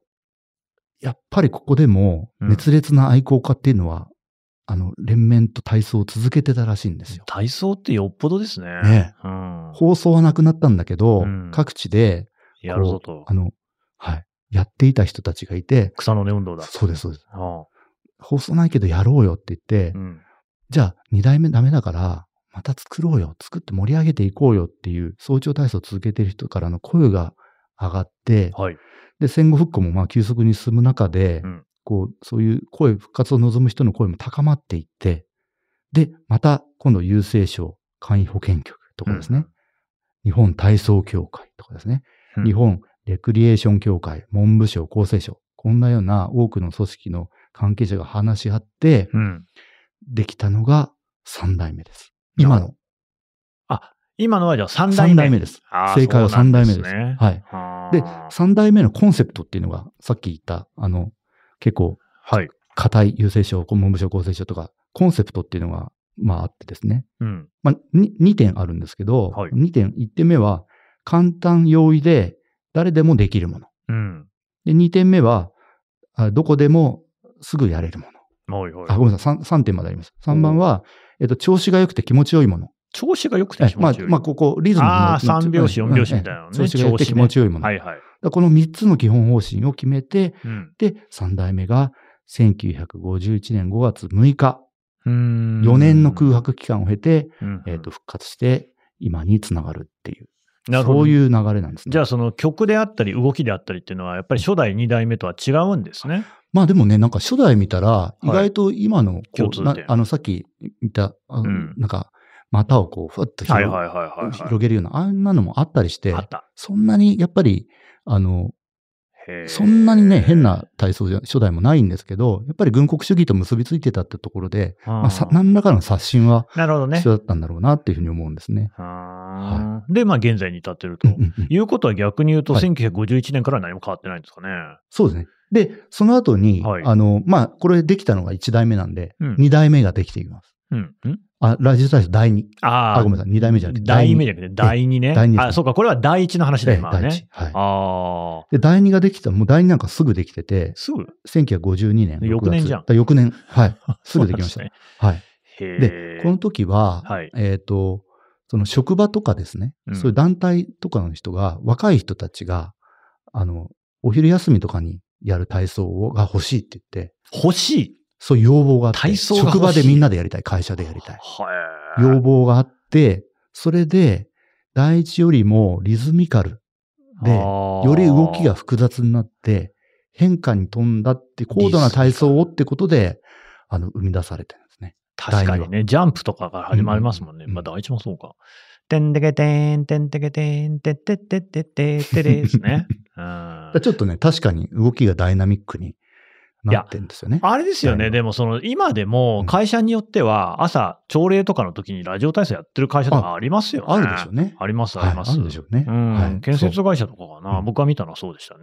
C: やっぱりここでも
B: うん
C: 熱烈な愛好家っていうのは、あの、連綿と体操を続けてたらしいんですよ。
B: 体操ってよっぽどですね。
C: ね
B: うん。
C: 放送はなくなったんだけど、
B: うん
C: 各地で、
B: やるぞと
C: あ。の、はい、やっていた人たちがいて、
B: 草の根運動だ。
C: そうです、そうです。
B: ああ
C: 放送ないけどやろうよって言って、
B: うん。
C: じゃあ二代目ダメだから、また作ろうよ、作って盛り上げていこうよっていう、早朝体操を続けてる人からの声が上がって、
B: はい。
C: で、戦後復興もまあ急速に進む中で、
B: うん
C: こう、そういう声、復活を望む人の声も高まっていって、で、また今度郵政省簡易保健局とかですね、日本体操協会とかですね、
B: うん
C: 日本レクリエーション協会、文部省、厚生省、こんなような多くの組織の関係者が話し合って、
B: うん。
C: できたのが三代目です。今の
B: 今のはじゃあ3代目。
C: 三代目です。
B: ああ
C: 正解は
B: そう
C: 三
B: な
C: 代
B: ん
C: 目です。
B: ね
C: はい。
B: は
C: で
B: あ、
C: 三代目のコンセプトっていうのが、さっき言った、あの、結構
B: はい。
C: 硬い郵政省、文部省、厚生省とか、コンセプトっていうのが、まああってですね。
B: うん。
C: まあ、に2点あるんですけど、
B: はい
C: 2点、1点目は、簡単容易で、誰でもできるもの。
B: うん。
C: で、2点目は、あどこでもすぐやれるもの。
B: はいはい。
C: あ、ごめんなさい、3, 点まであります。3番は、えっと、調子が良くて気持ちよいもの。
B: 調子が良くて気
C: ま
B: 持
C: あ
B: ちよ、い。
C: まあ、ここ、リズムの。
B: あー3拍子
C: う
B: 4
C: ん
B: 拍子みたいなのね
C: うん調子が良くて気持ちよいもの。
B: はいはい。
C: だからこの3つの基本方針を決めて、
B: うん。
C: で、3代目が1951年5月6日、
B: うん
C: 4年の空白期間を経て、
B: うん
C: えっと復活して、今につながるっていう、
B: なるほど
C: そういう流れなんですね。
B: じゃあその曲であったり動きであったりっていうのはやっぱり初代2代目とは違うんですね。
C: まあでもね、なんか初代見たら、
B: い
C: 意外と今の、こ
B: 共通点
C: う、なあの、さっき見た、あの
B: うん
C: なんか、股をこう、ふわっと
B: はい
C: 広,、
B: はいはいはい、は
C: 広げるような、あんなのもあったりし
B: い。
C: て
B: あ、った。
C: そんなに、やっぱり、あの、
B: へー
C: そんなにね、変、な体操じゃ、初代もないんですけど、やっぱり軍国主義と結びついてたってところで、
B: うん
C: まあ、さ何らかの刷新は
B: なるほどね
C: 必。要だったんだろうなっていうふうに思うんですね。
B: あーで、まあ現在に至ってると
C: うん。うんうん
B: いうことは逆に言うと、
C: はい
B: 1951年からは何も変わってないんですかね。
C: そうですね。で、その後に、
B: はい
C: あの、まあ、これできたのが1代目なんで、
B: うん
C: 2代目ができていきます。
B: うん。ん
C: あ、ラジオ体操第2。
B: あ
C: あ、
B: あ、
C: ごめんなさい。2代目じゃなくて。
B: 第2目
C: じ
B: じゃなくて、第2ね。
C: 第二ですね
B: あ、そうか、これは第1の話だ、今は
C: 第
B: ね
C: 一。。はい。
B: ああ、
C: で、第2ができたら、もう第2なんかすぐできてて、
B: すぐ。
C: 1952年6月。
B: 翌年じゃん
C: だから翌年。 はい。すぐできまし
B: そ
C: た。
B: うなん
C: はい。
B: すね。
C: で
B: へ、え
C: この時は、
B: はい
C: えっ、と、その職場とかですね、
B: うん
C: そういう団体とかの人が、若い人たちが、あの、お昼休みとかにやる体操をが欲しいって言って、
B: 欲しい。
C: そういう要望があって、
B: 体操が欲しい
C: 職場でみんなでやりたい、会社でやりたい。
B: は
C: 要望があって、それで、第一よりもリズミカルで、より動きが複雑になって、変化に富んだって、高度な体操をってことで、あの、生み出されてるんですね。
B: 確かにね、ジャンプとかから始まりますもんね。
C: うん
B: まあ、第一もそうか。てんてけてん、てんてけてん、てってってってってってれですね。うん
C: だからちょっとね、確かに動きがダイナミックになってるんですよね。
B: あれですよ
C: は
B: ね、
C: い
B: でもその今で
C: う
B: も
C: ん
B: 会社によっては朝朝礼とかの時にラジオ体操やってる会社とかありますよね。
C: あるでしょうね。
B: あります、
C: はい
B: あります。
C: あるでしょうね。
B: うん、
C: はい
B: 建設会社とかか
C: う
B: な、
C: ん
B: 僕が見たのはそうでしたね。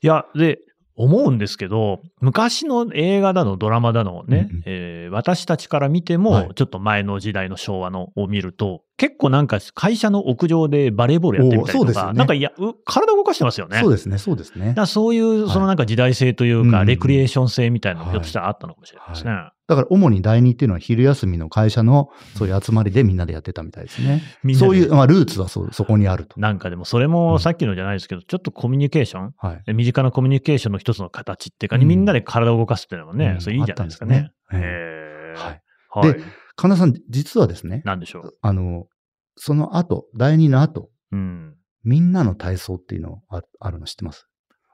B: いや、で、思うんですけど、昔の映画だの、ドラマだのね、
C: うんうん
B: えー私たちから見て
C: はい
B: も、ちょっと前の時代の昭和のを見ると、結構なんか会社の屋上でバレーボールやってみたり
C: おーそうで
B: と
C: す
B: か、
C: よね
B: なんかいや、う体動かしてますよね。
C: そうですね、そうですね
B: だか。らそういう、
C: はい
B: そのなんか時代性という
C: うんう
B: か、
C: ん
B: レクリエーション性みたいなのも
C: は
B: ひょ
C: い
B: っとしたらあったのかもしれないですね。
C: だから主に第二っていうのは昼休みの会社のそういう集まりでみんなでやってたみたいですね。
B: みんなで
C: そういう、まあ、ルーツはそうそこにあると。
B: なんかでも、それ
C: うん
B: もさっきのじゃないですけど、ちょっとコミュニケーション
C: はい。
B: 身近なコミュニケーションの一つの形っていうか、
C: うん
B: みんなで体を動かすっていうのもね、
C: うん
B: それいいじゃないですかね。
C: あったんですね
B: へー
C: はい。
B: はい。
C: で神田さん、実はですね、
B: なんでしょう。
C: あの、その後、第二の後、
B: うん。
C: みんなの体操っていうのああるの知ってます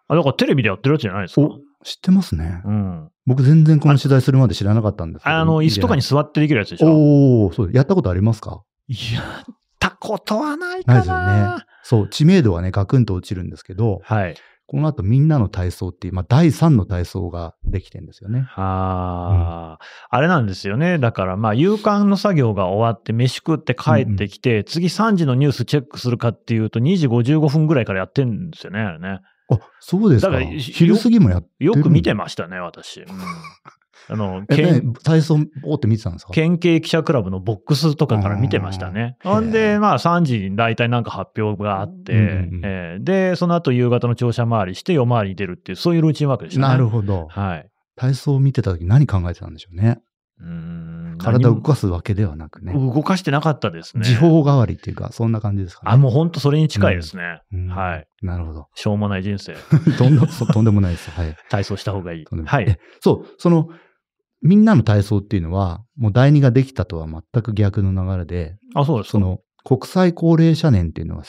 B: あ、だからテレビでやってるやつじゃないですか。
C: 知ってますね
B: う。ん。
C: 僕全然この取材するまで知らなかったんですけど
B: あの、椅子とかに座ってできるやつでしょ。
C: おおーそう、やったことありますか
B: やったことはない
C: ない
B: か
C: ですよね
B: な。。
C: そう、知名度はね、ガクンと落ちるんですけど、
B: はい。
C: この後みんなの体操っていう、まあ、第3の体操ができてるんですよね。
B: ああ、あれなんですよね。だから、まあ、夕刊の作業が終わって、飯食って帰ってきて、次3時のニュースチェックするかっていうと、2時55分ぐらいからやってるんですよね、あれね。
C: あ、そうですか。
B: だから
C: 昼過ぎもやってる
B: よく見てましたね、私。うんあの、
C: え、
B: け
C: ね
B: ん、
C: 体操、おーって見てたんですか
B: 県警記者クラブのボックスとかから見てましたね。
C: うん
B: ほんで、まあ3時に大体なんか発表があって、
C: うんうんうん
B: えーで、その後夕方の庁舎回りして夜回りに出るっていう、そういうルーチンワークでしたね。
C: なる
B: ほ
C: ほど。
B: はい。
C: 体操を見てた時何考えてたんでしょうね。
B: うーん
C: 体を動かすわけではなくね。
B: 何も動かしてなかったですね。
C: 時報代わりっていうか、そんな感じですかね。
B: あ、もう本当それに近いですね。
C: うん
B: はい。
C: なるほど。
B: しょうもない人生、
C: とんでそうとんでもないです。はい。
B: 体操した方 がいい
C: とんで。も
B: は
C: ない
B: い。
C: そう、その、みんなの体操っていうのは、もう第二ができたとは全く逆の流れで、
B: あ、そうです。
C: その、国際高齢者年っていうのは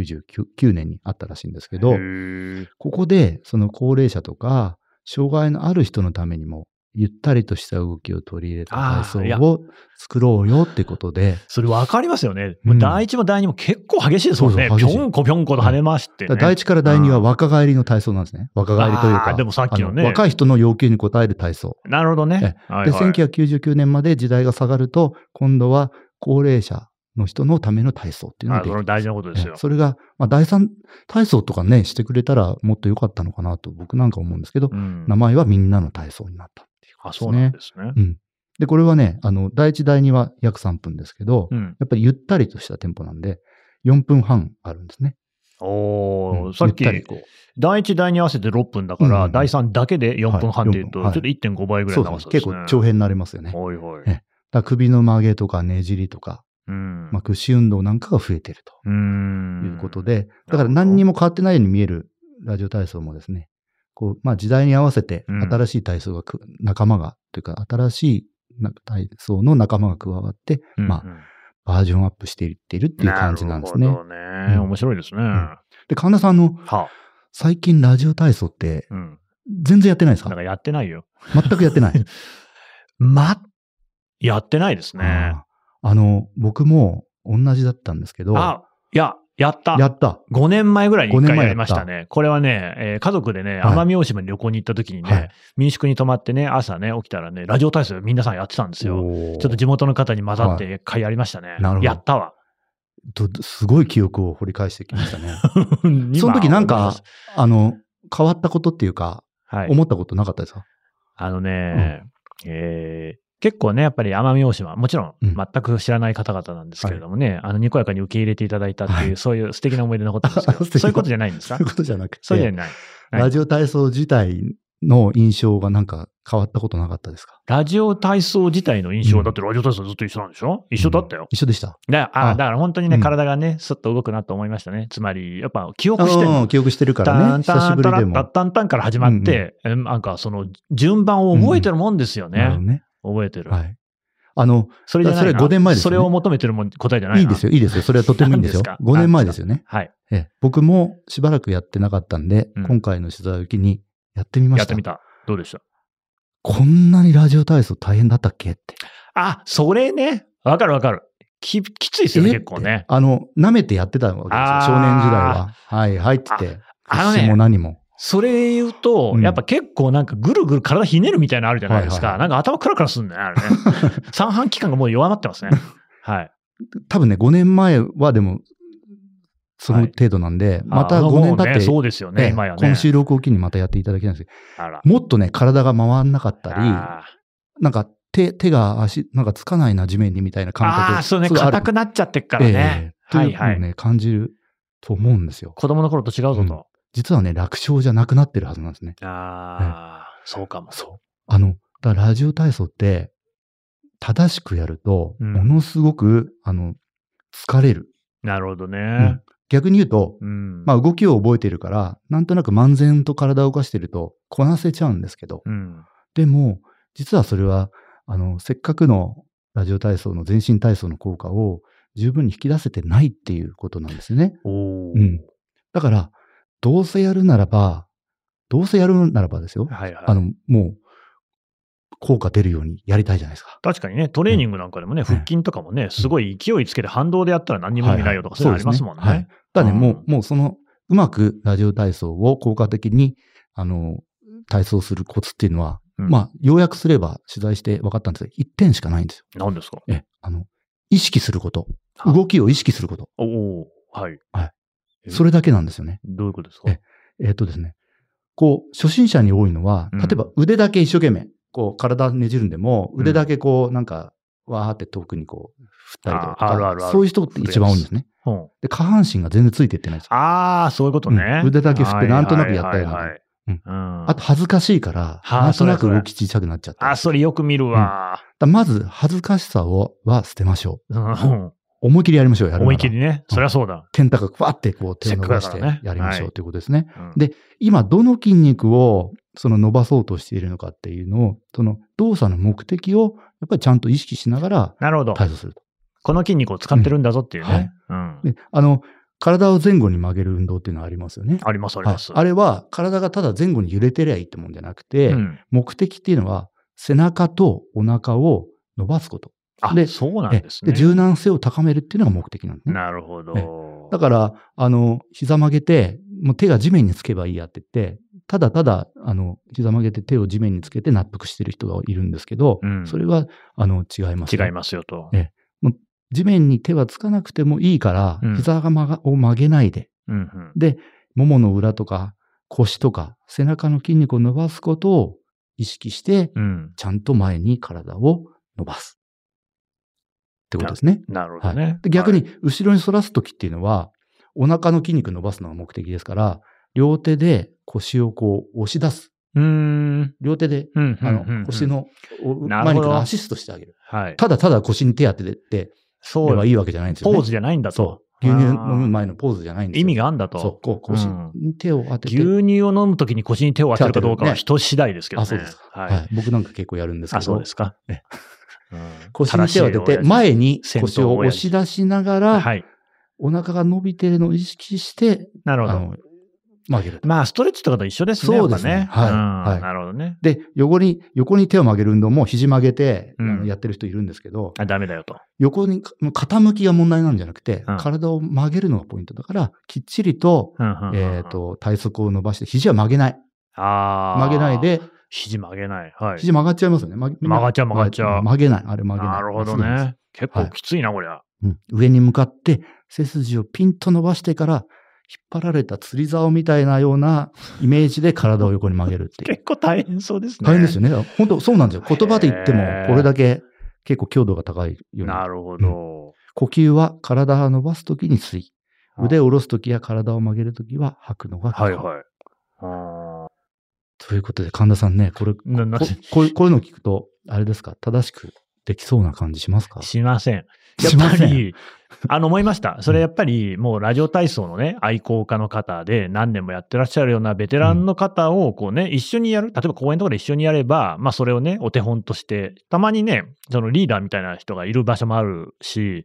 C: 1999年にあったらしいんですけ
B: へ
C: ど、
B: ー
C: ここで、その高齢者とか、障害のある人のためにも、ゆったりとした動きを取り入れた
B: あーい
C: 体
B: や
C: 操を作ろうよってことで、
B: それ分かりますよね。
C: うん
B: 第一も第二も結構激しいですもんね。
C: そう
B: ぴ
C: そう激しい
B: ょんこぴょんこと跳ねまして、ね
C: だから第一から第二は若返りの体操なんですね。若返りという
B: あ
C: か。
B: ーでもさっきのね
C: あ若い人の要求に応える体操。
B: なるほどね。はい
C: で、
B: はい
C: 1999年まで時代が下がると、今度は高齢者の人のための体操っていうの
B: あ
C: がで
B: そ
C: き
B: れ
C: る。
B: 大事なことですよ
C: え。それが、まあ、第三体操とかね、してくれたらもっと良かったのかなと僕なんか思うんですけど、
B: うん
C: 名前はみんなの体操になったっていうこ
B: あ、
C: と
B: そうなんですね。
C: で、これはね、あの、第一第二は約3分ですけど、
B: うん。
C: やっぱりゆったりとしたテンポなんで、4分半あるんですね。
B: お
C: う
B: お、
C: ん
B: さっき
C: ゆったりこう
B: 第一第二合わせて6分だか
C: うんうん
B: ら、
C: うん
B: 第三だけで4分半っていうと、ちょ
C: はい
B: っと1.5倍ぐらい
C: そう
B: の
C: で
B: 長
C: す
B: さで
C: ね。結
B: すね。
C: 構長編になりますよね。だか
B: はいはい。
C: えら首の曲げとかねじりとか、
B: うん。
C: まあ、屈指運動なんかが増えてる
B: うー
C: と
B: ん
C: いうことで、だから何にも変わってないように見えるラジオ体操もですね、こう、まあ時代に合わせて
B: うん
C: 新しい体操がく、仲間が、というか新しいな体操の仲間が加わって、まあ
B: あ、
C: バージョンアップしていっているっていう感じなんです
B: な
C: ね
B: る。ほどね。
C: うん
B: 面白いですね。は
C: で、神田さんあの、
B: あ。
C: 最近ラジオ体操って
B: うん。
C: 全然やってないです
B: なん
C: か
B: かやってないよ。
C: 全くやっ てない。
B: ま、やってないですね。
C: あーあの、僕も同じだったんですけど、
B: あ、いや、やった。
C: やった。
B: 5年前ぐらいに
C: 5
B: 1
C: 年前
B: 回やりましたね。これはね、えー家族でね、
C: はい
B: 奄美大島に旅行に行った時にね、
C: はい
B: 民宿に泊まってね、朝ね、起きたらね、ラジオ体操皆さんやってたんですよ。
C: おー
B: ちょっと地元の方に混ざって一回やりましたね。
C: なるほど
B: やった わ。
C: とすごい記憶を掘り返してきま したね。
B: 今
C: その時なん
B: 思いま
C: か
B: す、
C: あの、変わったことっていうか、
B: はい。
C: 思ったことなかったですか
B: あのね、えー結構ね、やっぱり奄美大島、もちろん
C: うん
B: 全く知らない方々なんですけれどもね、あの、にこやかに受け入れていただいたっていう、そういう素敵な思い出残ってるんですけ
C: 素
B: ど、
C: 敵な
B: そういうことじゃないんです
C: そ
B: か
C: ういうことじゃなく
B: そうじゃ
C: て、
B: ない。はい
C: ラジオ体操自体の印象がなんか変わったことなかったですか
B: ラジオ体操自体の印象
C: う
B: は、
C: ん
B: だってラジオ体操ずっと一緒なんでしょ一緒だったよ。
C: 一緒でした。
B: だあ
C: あ
B: だから本当にね、
C: うん
B: 体がね、すっと動くなと思いましたね。つまり、やっぱ記憶してる
C: うん、記憶してるか
B: タ
C: ら
B: ン
C: ね。
B: タ
C: 久し
B: ン
C: ぶ
B: タ
C: り
B: ラ
C: で
B: ッタ
C: も
B: ッ。タンタンから始まって、えなんかその順番を覚えてるもんですよ
C: なるほ
B: ね
C: ど。ね。
B: 覚えてる。
C: はい。あの、
B: それじゃないな
C: それ五年前です
B: そ
C: よね
B: れを求めてるもん答えじゃないない
C: いですよ、いいですよ。それはとてもいいんですよ。
B: 何ですか
C: 5年前ですよね。
B: はい。
C: ええ僕もしばらくやってなかったんで、
B: うん
C: 今回の取材を機にやってみました。
B: やってみた。どうでした
C: こんなにラジオ体操大変だったっけって。
B: あ、それね。わかるわかる。き、きついですよね、結構
C: えって
B: ね。
C: あの、舐めてやってたわけですよ、
B: あー
C: 少年時代は。はい、はいって言って。
B: ああのね
C: 私も何も。
B: それ言うと、
C: うん
B: やっぱ結構なんかぐるぐる体ひねるみたいなのあるじゃないですか。
C: はいはい
B: なんか頭クラクラすんね、あれ ね。三半期間がもう弱まってますね。はい。
C: 多分ね、5年前はでも、その
B: はい
C: 程度なんで、ま
B: あ
C: た
B: もう
C: 5年経って、
B: ねそうですよね、
C: ええ
B: 今やね。
C: この収録を機にまたやっていただきたいんですけ
B: あら。
C: ど、もっとね、体が回んなかったり、
B: あー
C: なんか手、手が足、なんかつかないな、地面にみたいな感覚
B: あー、そうね、
C: すごいある
B: 硬くなっちゃってっからね。
C: ええ
B: は
C: とい
B: いう
C: の
B: は
C: を
B: い。
C: ね、感じると思うんですよ。
B: 子供の頃と違うぞと。
C: 実はね、楽勝じゃなくなってるはずなんですね。
B: ああ、そうかも。
C: そう。あの、だからラジオ体操って、正しくやると、
B: うん
C: ものすごく、あの、疲れる。
B: なるほど
C: う
B: ね
C: ん。逆に言うと、
B: うん。
C: まあ動きを覚えてるから、なんとなく漫然と体を動かしてると、こなせちゃうんですけど、
B: うん。
C: でも、実はそれは、あの、せっかくのラジオ体操の全身体操の効果を十分に引き出せてないっていうことなんですよね。
B: おお
C: う。ん。だから、どうせやるならば、どうせやるならばですよ。
B: はいはい。
C: あの、もう、効果出るようにやりたいじゃないですか。
B: 確かにね、トレーニングなんかでもね、腹筋とかもね、すごい勢いつけて反動でやったら何にも意味ないよとか、そういうのありますもんね。
C: はいはいそうですねはいだからね、も
B: う
C: う、もうその、うまくラジオ体操を効果的に、あの、体操するコツっていうのは、
B: うん
C: まあ、要約すれば取材して分かったんですけど、一点しかないんですよ。
B: 何ですか
C: ええ、あの、意識すること。
B: はい
C: 動きを意識すること。
B: おおーはい。え
C: それだけなんですよね。
B: どういうことですか
C: ええっとですね。こう、初心者に多いのは、
B: うん
C: 例えば腕だけ一生懸命、こう、体ねじるんでも、
B: うん
C: 腕だけこう、なんか、わーって遠くにこう、振ったりと
B: ああるあるあ
C: か、
B: る
C: そういう人って一番多いんですね。
B: うん
C: で、下半身が全然ついていってないんですよ
B: ああ、そういうことね。
C: うん腕だけ振って
B: はい
C: なんとなくやったような
B: はいはいはい
C: うん
B: うん
C: あと、恥ずかしいから、
B: はあ
C: なんとな
B: そ
C: く
B: れそれ
C: 動き小さくなっちゃったり
B: あ、それよく見るわ。
C: だまず、恥ずかしさを、は捨てましょ
B: うん
C: う。思い切りやりましょう、やるなら
B: 思い切りね。そりゃそうだ。
C: 天高くファってこう手を伸ばし
B: せ
C: て
B: っかくだからね
C: やりましょうということですね。
B: うん
C: で今、どの筋肉をその伸ばそうとしているのかっていうのを、その動作の目的をやっぱりちゃんと意識しながら
B: なるほど。
C: 対処すると。
B: この筋肉を使ってるんだぞっていうね。うん
C: であの、体を前後に曲げる運動っていうのはありますよね。
B: あります、あります。
C: はいあれは体がただ前後に揺れてりゃいいってもんじゃなくて、
B: うん
C: 目的っていうのは背中とお腹を伸ばすこと。
B: あ
C: で
B: そうなんですね
C: え。柔軟性を高めるっていうのが目的なんですね。
B: なるほど。
C: だから、あの、膝曲げて、もう手が地面につけばいいやって言って、ただただ、あの、膝曲げて手を地面につけて納得してる人がいるんですけど、
B: うん
C: それは、あの、違います、
B: 違い
C: す。
B: ますよと。
C: え地面に手はつかなくてもいいから、
B: うん
C: 膝が曲がを曲げないで、
B: うんうん
C: ももの裏とか腰とか背中の筋肉を伸ばすことを意識して、
B: うん。
C: ちゃんと前に体を伸ばす。ってことですね。
B: なるほ
C: は
B: どね
C: い、。で逆
B: は
C: に
B: い、
C: 後ろに反らすときっていうのは、お腹の筋肉伸ばすのが目的ですから、両手で腰をこう押し出す。
B: うーん。
C: 両手で、
B: うん
C: あの、
B: うんうんうん
C: 腰のお
B: なるほど
C: 前に来るアシストしてあげる。
B: はい。
C: ただただ腰に手当ててって
B: そ
C: れ
B: う
C: ばいいわけじゃないんですよ、
B: ポ
C: ね。
B: ーズじゃないんだと
C: そ。う。牛乳飲む前のポーズじゃないんですよ
B: 意味があんだと。
C: そう。こう、腰に手を当てて。
B: 牛乳を飲むときに腰に手を当てるかどうかは
C: 手
B: 人次第ですけどね。
C: あ、そうです
B: は
C: か、はいい。。僕なんか結構やるんですけど。
B: あ、そうですか。
C: ね
B: うん
C: 腰に手を当てて、、前に腰を押し出しなが
B: 正しい親父
C: ら、
B: はい。
C: お腹が伸びてるのを意識して、
B: なる
C: あ
B: ほど。
C: の、曲げる。
B: まあ、ストレッチとかと一緒ですね。
C: そうですね
B: やっぱ
C: はい
B: うん
C: はい
B: なるほどね。
C: で、横に、横に手を曲げる運動も肘曲げて、
B: うん
C: あのやってる人いるんですけど、
B: あダメだよと。
C: 横に、もう傾きが問題なんじゃなくて、
B: うん
C: 体を曲げるのがポイントだから、きっちりと、
B: うんうんうんうん
C: えっ、、と、体側を伸ばして、肘は曲げない。
B: ああ。
C: 曲げない。で、
B: 肘曲げない。はい。
C: 肘曲がっちゃいますよね。曲
B: 曲がっちゃう曲がっちゃう
C: 曲げない。あれ曲げな
B: な
C: い。
B: るほど
C: そうなんです。
B: ね。結構きついな、こりゃ。
C: うん上に向かって、背筋をピンと伸ばしてから、引っ張られた釣り竿みたいなようなイメージで体を横に曲げるっていう。
B: 結構大変そうですね。
C: 大変ですよね。本当そうなんですよ。言葉で言っても
B: へー、
C: これだけ結構強度が高いように。
B: なるほど。
C: 呼吸は体を伸ばすときに吸い、
B: あ
C: 腕を下ろすときや体を曲げるときは吐くのが
B: はい
C: い。
B: はい。あ
C: ということで、神田さんね、これ、こ
B: ーなな
C: ここういうこういうのを聞くと、あれですか、正しくできそうな感じしますか
B: しません。やっ
C: しま
B: ぱ
C: せん
B: り、あの、思いました。それやっぱり、もうラジオ体操のね、愛好家の方で、何年もやってらっしゃるようなベテランの方を、こうね、一緒にやる。例えば公演とかで一緒にやれば、まあ、それをね、お手本として、たまにね、そのリーダーみたいな人がいる場所もあるし、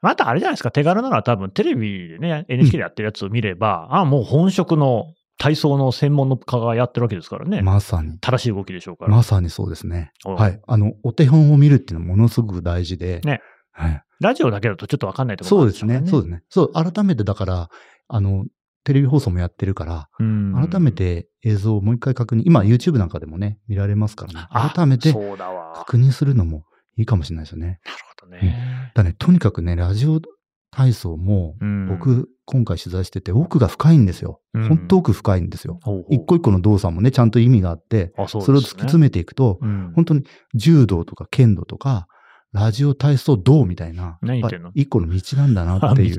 B: またあれじゃないですか、手軽なのは多分、テレビでね、NHK でやってるやつを見れば、あ、もう本職の体操の専門の家がやってるわけですからね。
C: まさに。
B: 正しい動きでしょうから。
C: まさにそうですね。
B: うん
C: はい。あの、お手本を見るっていうのはものすごく大事で。
B: ね
C: はい。
B: ラジオだけだとちょっとわかんないところ
C: そ
B: もある
C: うで
B: ん
C: す
B: ょか
C: ね。そうですね。そう、改めてだから、あの、テレビ放送もやってるから、
B: うん
C: 改めて映像をもう一回確認、今 YouTube なんかでもね、見られますからね。
B: あ
C: 改めて
B: そうだわ。
C: 確認するのもいいかもしれないですよね。
B: なるほどね。
C: だね、とにかくね、ラジオ体操も、
B: うん
C: 僕、今回取材してて、奥が深いんですよ。
B: うん
C: 本当奥深いんですよ。
B: ほうほう
C: 一個一個の動作もね、ちゃんと意味があって、
B: あそう
C: それを突き詰
B: め、
C: めていくと、
B: うん
C: 本当に柔道とか剣道とか、ラジオ体操道みたいな、
B: 何言ってんの
C: やぱ一個の道なんだなってい
B: あ
C: う。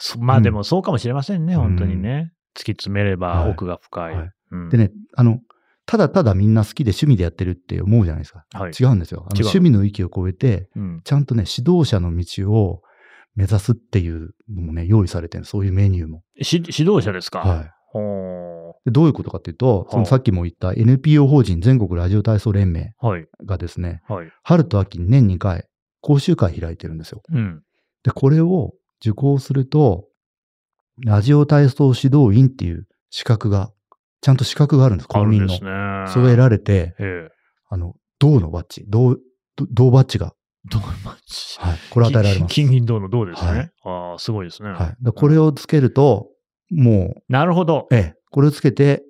B: そまあでもそうかもしれませんね、
C: うん
B: 本当にね。突き詰めれば
C: はい
B: 奥が深い。
C: はい
B: うん
C: で、ね、あの、ただただみんな好きで趣味でやってるって思うじゃないですか。
B: はい
C: 違うんですよ。あの
B: 違う
C: 趣味の域を超えて、
B: うん
C: ちゃんとね、指導者の道を目指すっていうのもね、用意されてるそういうメニューも。
B: し指導者ですか、
C: はい。
B: ほ
C: でどういうことかっていうと
B: は、あ
C: そのさっきも言った NPO 法人全国ラジオ体操連盟
B: ーはい。
C: がですね、
B: はい。
C: 春と秋に年2回講習会開いてるんですよ。
B: うん。
C: で、これを受講すると、ラジオ体操指導員っていう資格が、ちゃんと資格があるんです、
B: あ
C: 公
B: るんで
C: 民の。
B: すね。
C: それを得られて、
B: ええ。
C: あの、銅のバッジ、銅、銅バッジが、
B: どうまち
C: はい、これを与えられます。
B: 金銀銅の銅ですね。
C: はい
B: ああ、すごいですね。
C: はい。でこれをつけると、も
B: なるほど。
C: う、ええ、これをつけて、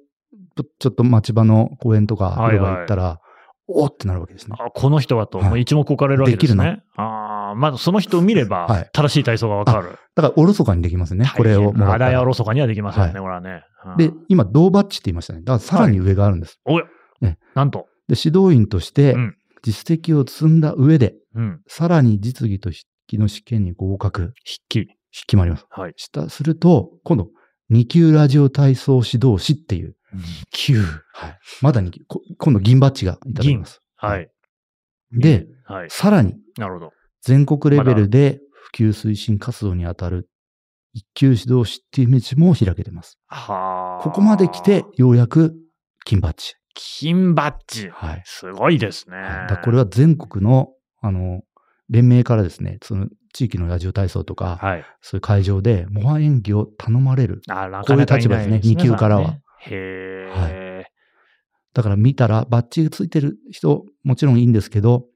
C: ちょちょっと町場の公園とか広場行ったら、おーってなるわけですね。
B: あこの人はと、
C: はい
B: もう一目置かれるわけです
C: でき
B: ね。ああ、まずその人を見れば、
C: はい
B: 正しい体操がわかる。
C: だから、おろそかにできますね。これをもら
B: あ
C: った
B: らやお
C: ら。
B: ろそかにはできませんね、
C: はい
B: これはね。うん
C: で、今、銅バッジって言いましたね。だから、さらに上があるんです。
B: おや、
C: ね
B: なんと。
C: で指導員として
B: うん
C: 実績を積んだ上で、
B: うん。
C: さらに実技と筆記の試験に合格、
B: 筆記。
C: 決まります。
B: はい。
C: した、すると、今度、2級ラジオ体操指導士っていう、
B: 9。
C: はい、まだ2級、こ今度銀バッジがいただきます。
B: はい。
C: で、
B: はい。
C: さらに、
B: なるほど。
C: 全国レベルで普及推進活動にあたる一級指導士っていう道も開けてます。
B: はあ。
C: ここまで来て、、ようやく金バッジ。
B: 金バッジ。
C: はい。
B: すごいですね。
C: だからこれは全国の、あの、連盟からですね、その地域のラジオ体操とか、
B: はい。
C: そういう会場で模範演技を頼まれる。
B: あな
C: こ
B: か
C: ういう
B: なかい
C: 立場
B: な
C: です
B: い
C: ね
B: で
C: 二級からは。
B: へえ。
C: だから見たら、バッジがついてる人、もちろんいいんですけど、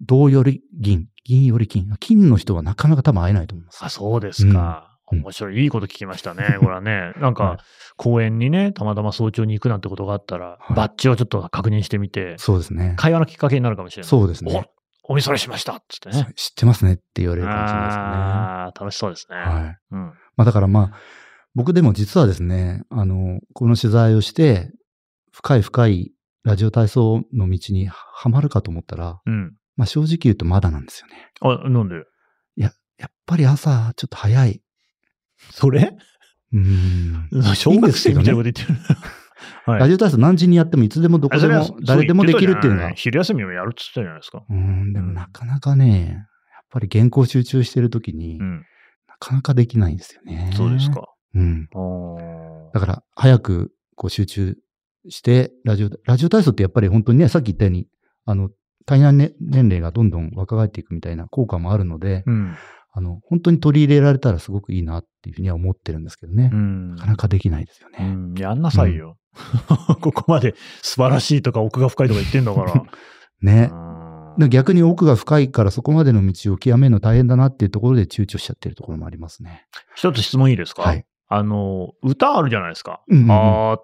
C: 銅より銀、銀より金。金の人はなかなか多分会えないと思います。
B: あ、そうですか。
C: うん
B: 面白い。いいこと聞きました ね。これはね。なん
C: はい
B: か、公園にね、たまたま早朝に行くなんてことがあったら、
C: はい
B: バッジをちょっと確認してみて、
C: そうですね。
B: 会話のきっかけになるかもしれない。
C: そうですね。
B: お、お見それしましたっつってね。
C: 知ってますねって言われるかもしれないですよね。
B: ああ、楽しそうですね。
C: はい。
B: うん。
C: まあだからまあ、僕でも実はですね、あの、この取材をして、深い深いラジオ体操の道にはまるかと思ったら、
B: うん。
C: まあ正直言うとまだなんですよね。
B: あ、なんで
C: やっぱり朝ちょっと早い。
B: それ
C: うーん。
B: 小学生みたいなこと
C: いいんですけどね
B: 言ってる。 はい
C: ラジオ体操何時にやってもいつでもどこ
B: あ
C: で
B: それ
C: も
B: はそう
C: 誰でもできるって
B: 言た
C: いうのが。う
B: じゃな昼休みもやるっつったじゃないですか。
C: ーん、でもなかなかね、やっぱり原稿集中してる時に
B: う、ん。
C: なかなかできないんですよね。
B: そうです。か。
C: うん。
B: あー
C: だから、早くこう集中して、ラジオ、ラジオ体操ってやっぱり本当にね、さっき言ったように、あの、体内ね年齢がどんどん若返っていくみたいな効果もあるので、
B: うん。
C: あの、本当に取り入れられたらすごくいいなっていうふうには思ってるんですけどね。
B: うん
C: なかなかできないですよ
B: う
C: ね。
B: ん、やんなさいよ。 ここまで素晴らしいとか奥が深いとか言ってんだから。
C: ね。
B: う
C: で
B: ん
C: 逆に奥が深いからそこまでの道を極めるの大変だなっていうところで躊躇しちゃってるところもありますね。
B: 一つ質問いいですか、
C: はい。
B: あの、歌あるじゃないですか。
C: うんうんうん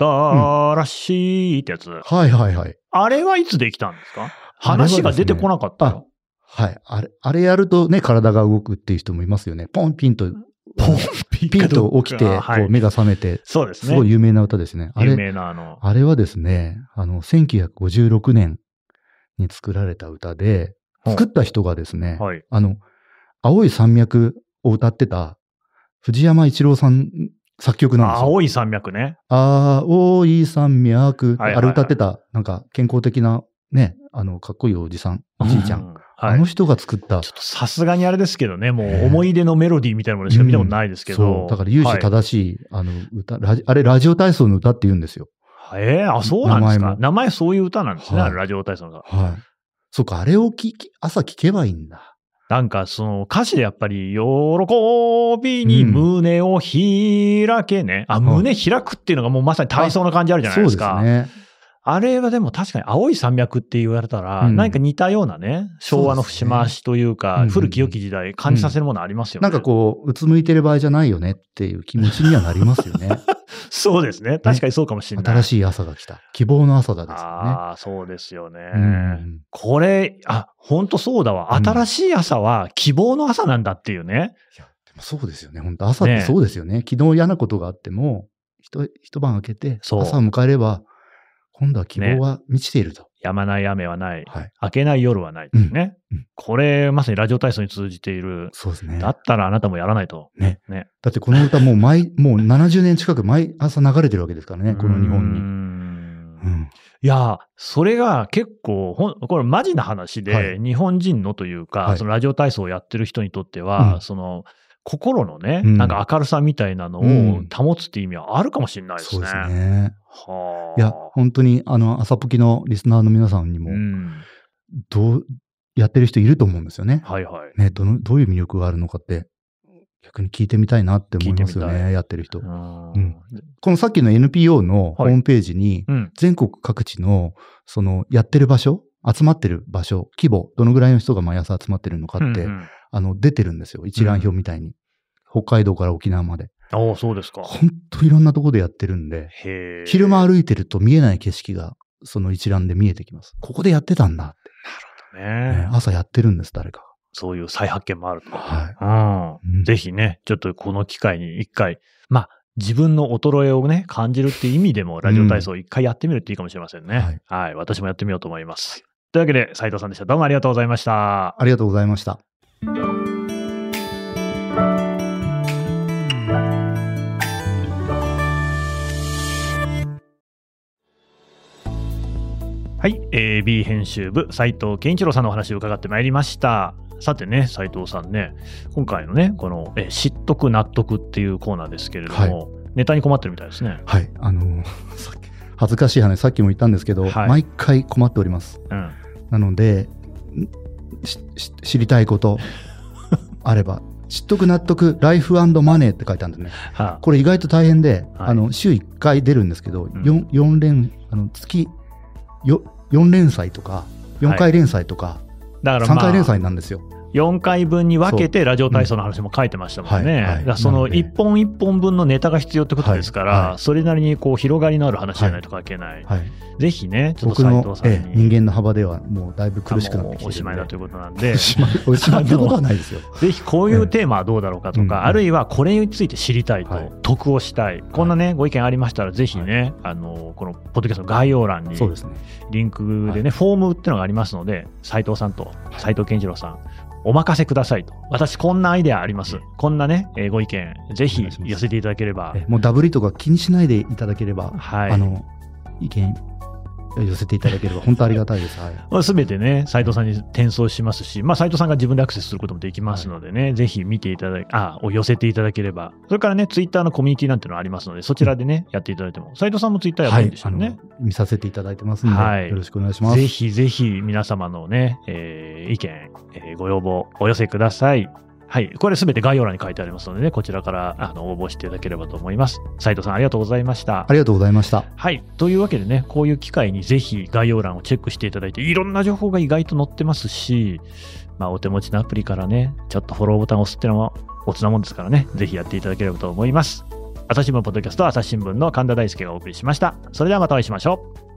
B: 新しいってやつ。
C: はいはいはい。
B: あれはいつできたんですか
C: あれはです
B: 話
C: ね
B: が出てこなかった
C: あ
B: よ。、
C: はい。あれ、あれやるとね、体が動くっていう人もいますよね。ポンピンと、
B: ポンピ
C: ピンと起きて、こ
B: はいう
C: 目が覚めて、
B: そうです
C: す
B: ね。
C: ごい有名な歌ですね。あ
B: 有
C: れ、
B: 名なあの、
C: あれはですね、あの、1956年に作られた歌で、
B: うん
C: 作った人がですね、
B: はい。
C: あの、青い山脈を歌ってた藤山一郎さん作曲なんですよ。
B: 青い山脈ね。
C: 青い山
B: はい
C: 脈、
B: はいはい
C: あれ歌ってた、なんか健康的な、ね、あの、かっこいいおじさん、おじいちゃん。
B: うは
C: あ
B: い
C: の。人が作った
B: ちょ、っとさすがにあれですけどね、も
C: ね
B: う思い出のメロディーみたいなものしか見たことないですけど。
C: そう、だから有志正しい、あの、歌、ラジあれ、ラジオ体操の歌って言うんですよ。
B: はいえーあ、そうなんです
C: 名
B: か。
C: 前
B: 名
C: も
B: 前そういう歌なんですね、
C: はい
B: あれラジオ体操の歌。
C: はい。そうか、あれを聞き、朝聞けばいいんだ。
B: なんか、その歌詞でやっぱり、喜びに胸を開けね。あ、
C: ん
B: 胸開くっていうのがもうまさに体操の感じあるじゃないですか。
C: そうですね。
B: あれはでも確かに青い山脈って言われたら、
C: うん
B: 何か似たようなね、昭和の節回しという
C: そう
B: か、
C: ですね
B: 古き良き時代感じさせるものありますよね。
C: なんかこう、うつむいてる場合じゃないよねっていう気持ちにはなりま すよね。
B: そうですね。確かにそうかもしれない。
C: 新
B: い
C: しい朝が来た。希望の朝だですよ
B: ああ、そうですよね。
C: ね。うん
B: これ、あ、本当そうだわ。
C: うん
B: 新しい朝は希望の朝なんだっていうね。
C: でもそうですよね。本当朝って
B: ねえ
C: そうですよね。昨日嫌なことがあっても、一一晩明けて、朝
B: そう
C: を迎えれば、今度は希望は満ちていると。
B: やまない雨はない。
C: はい。
B: 明けない夜はない。
C: うん
B: ね
C: うん。
B: これ、まさにラジオ体操に通じている。
C: そうですね。
B: だ
C: だ
B: ったらあなたもやらないと。
C: ってこの歌もう毎、もう70年近く毎朝流れてるわけですからね、この日本に。
B: に
C: う。ん
B: いや、それが結構、ほんこれマジな話で、
C: はい
B: 日本人のというか、
C: はい
B: そのラジオ体操をやってる人にとっては、
C: うん
B: その、心のね、
C: うん
B: なんか明るさみたいなの
C: う
B: を
C: ん
B: 保つって意味はあるかもしれないです
C: そう
B: ね。
C: ですね。
B: はあ。
C: いや、本当に、あの、朝ポキのリスナーの皆さんにも
B: う、ん。
C: どう、やってる人いると思うんですよね。
B: はいはい。
C: ね、どの、どういう魅力があるのかって、逆に聞いてみたいなって思いますよ
B: 聞いてみた
C: ね、やってる人。
B: う
C: うんん。このさっきの NPO のホ
B: はい
C: ームページに、
B: うん。
C: 全国各地の、その、やってる場所、集まってる場所、規模、どのぐらいの人が毎朝集まってるのかって、
B: うんうん
C: あの、出てるんですよ。一覧表みたいに。北海道から沖縄まで。
B: ああ、そうですか。
C: ほんといろんなとこでやってるんで、
B: へえ。
C: 昼間
B: る。
C: 歩いてると見えない景色が、その一覧で見えてきます。ここでやってたんだって。ね
B: ね、
C: 朝やってるんです、誰か
B: そういう再発見もあると。
C: が。はい。
B: うん。
C: うん
B: ぜひね、ちょっとこの機会に一回、まあ、自分の衰えをね、感じるっていう意味でも、ラジオ体操を一回やってみるっていいかもしれませんね。
C: はい
B: はい、私もやってみようと思います。というわけで、斉藤さんでした。どうもありがとうございました。
C: ありがとうございました。
B: はい、えー B 編集部、斉藤健一郎さんのお話を伺ってまいりました。さてね、斉藤さんね、今回のね、この、えー知っとく納得っていうコーナーですけれども、
C: はい
B: ネタに困ってるみたいですね。
C: はい。あの、 さっき、恥ずかしい話、さっきも言ったんですけど、
B: はい
C: 毎回困っております。
B: うん。
C: なので、んしし知りた いこと、あれば、知っとく納得、ライフマネーって書いてあるんですね。
B: は
C: これ意外と大変で、
B: はい
C: あの週1回出るんですけど、
B: ん
C: 四四連あの月よ4連載とか4回連載とか、
B: だから、
C: 3
B: まあ、
C: 回連載なんですよ。
B: 4回分に分けてラジオ体操の話も書いてましたもん
C: うんは
B: ね。
C: いはい
B: だからそ
C: な
B: の
C: ので
B: 一本一本分のネタが必要ってことですから、
C: はいはい
B: それなりにこう広がりのある話じゃないと書けない。
C: はい、
B: ぜひね、ちょっと
C: 僕
B: 斉
C: の
B: 藤、さ
C: え
B: ん
C: え
B: に
C: 人間の幅ではもうだいぶ苦しくなってきてるんで
B: おしまいだということなんで
C: お、しまいおしまいってことはないですよ。
B: ぜひこういうテーマはどうだろうかと
C: うん
B: か、あるいはこれについて知りたい
C: はい
B: と、得をしたい、こんなね、ご意見ありましたら、ぜひね、あの、このポッドキャストの概要欄に
C: そうですね。
B: リンクで
C: は
B: ね、フォームってのがありますので、斉藤さんと斉藤健一郎さん、お任せくださいと。私、こんなアイデアあります。こんなね、えーご意見、ぜ
C: お
B: ひ
C: 願いします
B: 寄せていただければ
C: え。えもうダブリとか気にしないでいただければ、
B: はい
C: あの意見寄せていただければ本当ありがたいです。はい。
B: すべてね、斉藤さんに転送しますし、まあ、斉藤さんが自分でアクセスすることもできますのでね、ぜひ見ていただき、あ、を寄せていただければ。それからね、ツイッターのコミュニティなんてのありますので、そちらでね、やっていただいても。斉藤さんもツイッターやってるんですよね。
C: あの見させていただいてますので、
B: はい
C: よろしくお願いします。
B: ぜひぜひ皆様のね、えー意見、えーご要望、お寄せください。はい。これすべて概要欄に書いてありますのでね、こちらからあの応募していただければと思います。斉藤さん、ありがとうございました
C: あ。りがとうございました。
B: はい。というわけでね、こういう機会にぜひ概要欄をチェックしていただいて、いろんな情報が意外と載ってますし、まあ、お手持ちのアプリからね、ちょっとフォローボタンを押すってのはおつなもんですからね、ぜひやっていただければと思います。朝日新聞ポッドキャスト朝日新聞の神田大輔がお送りしました。それではまたお会いしましょう。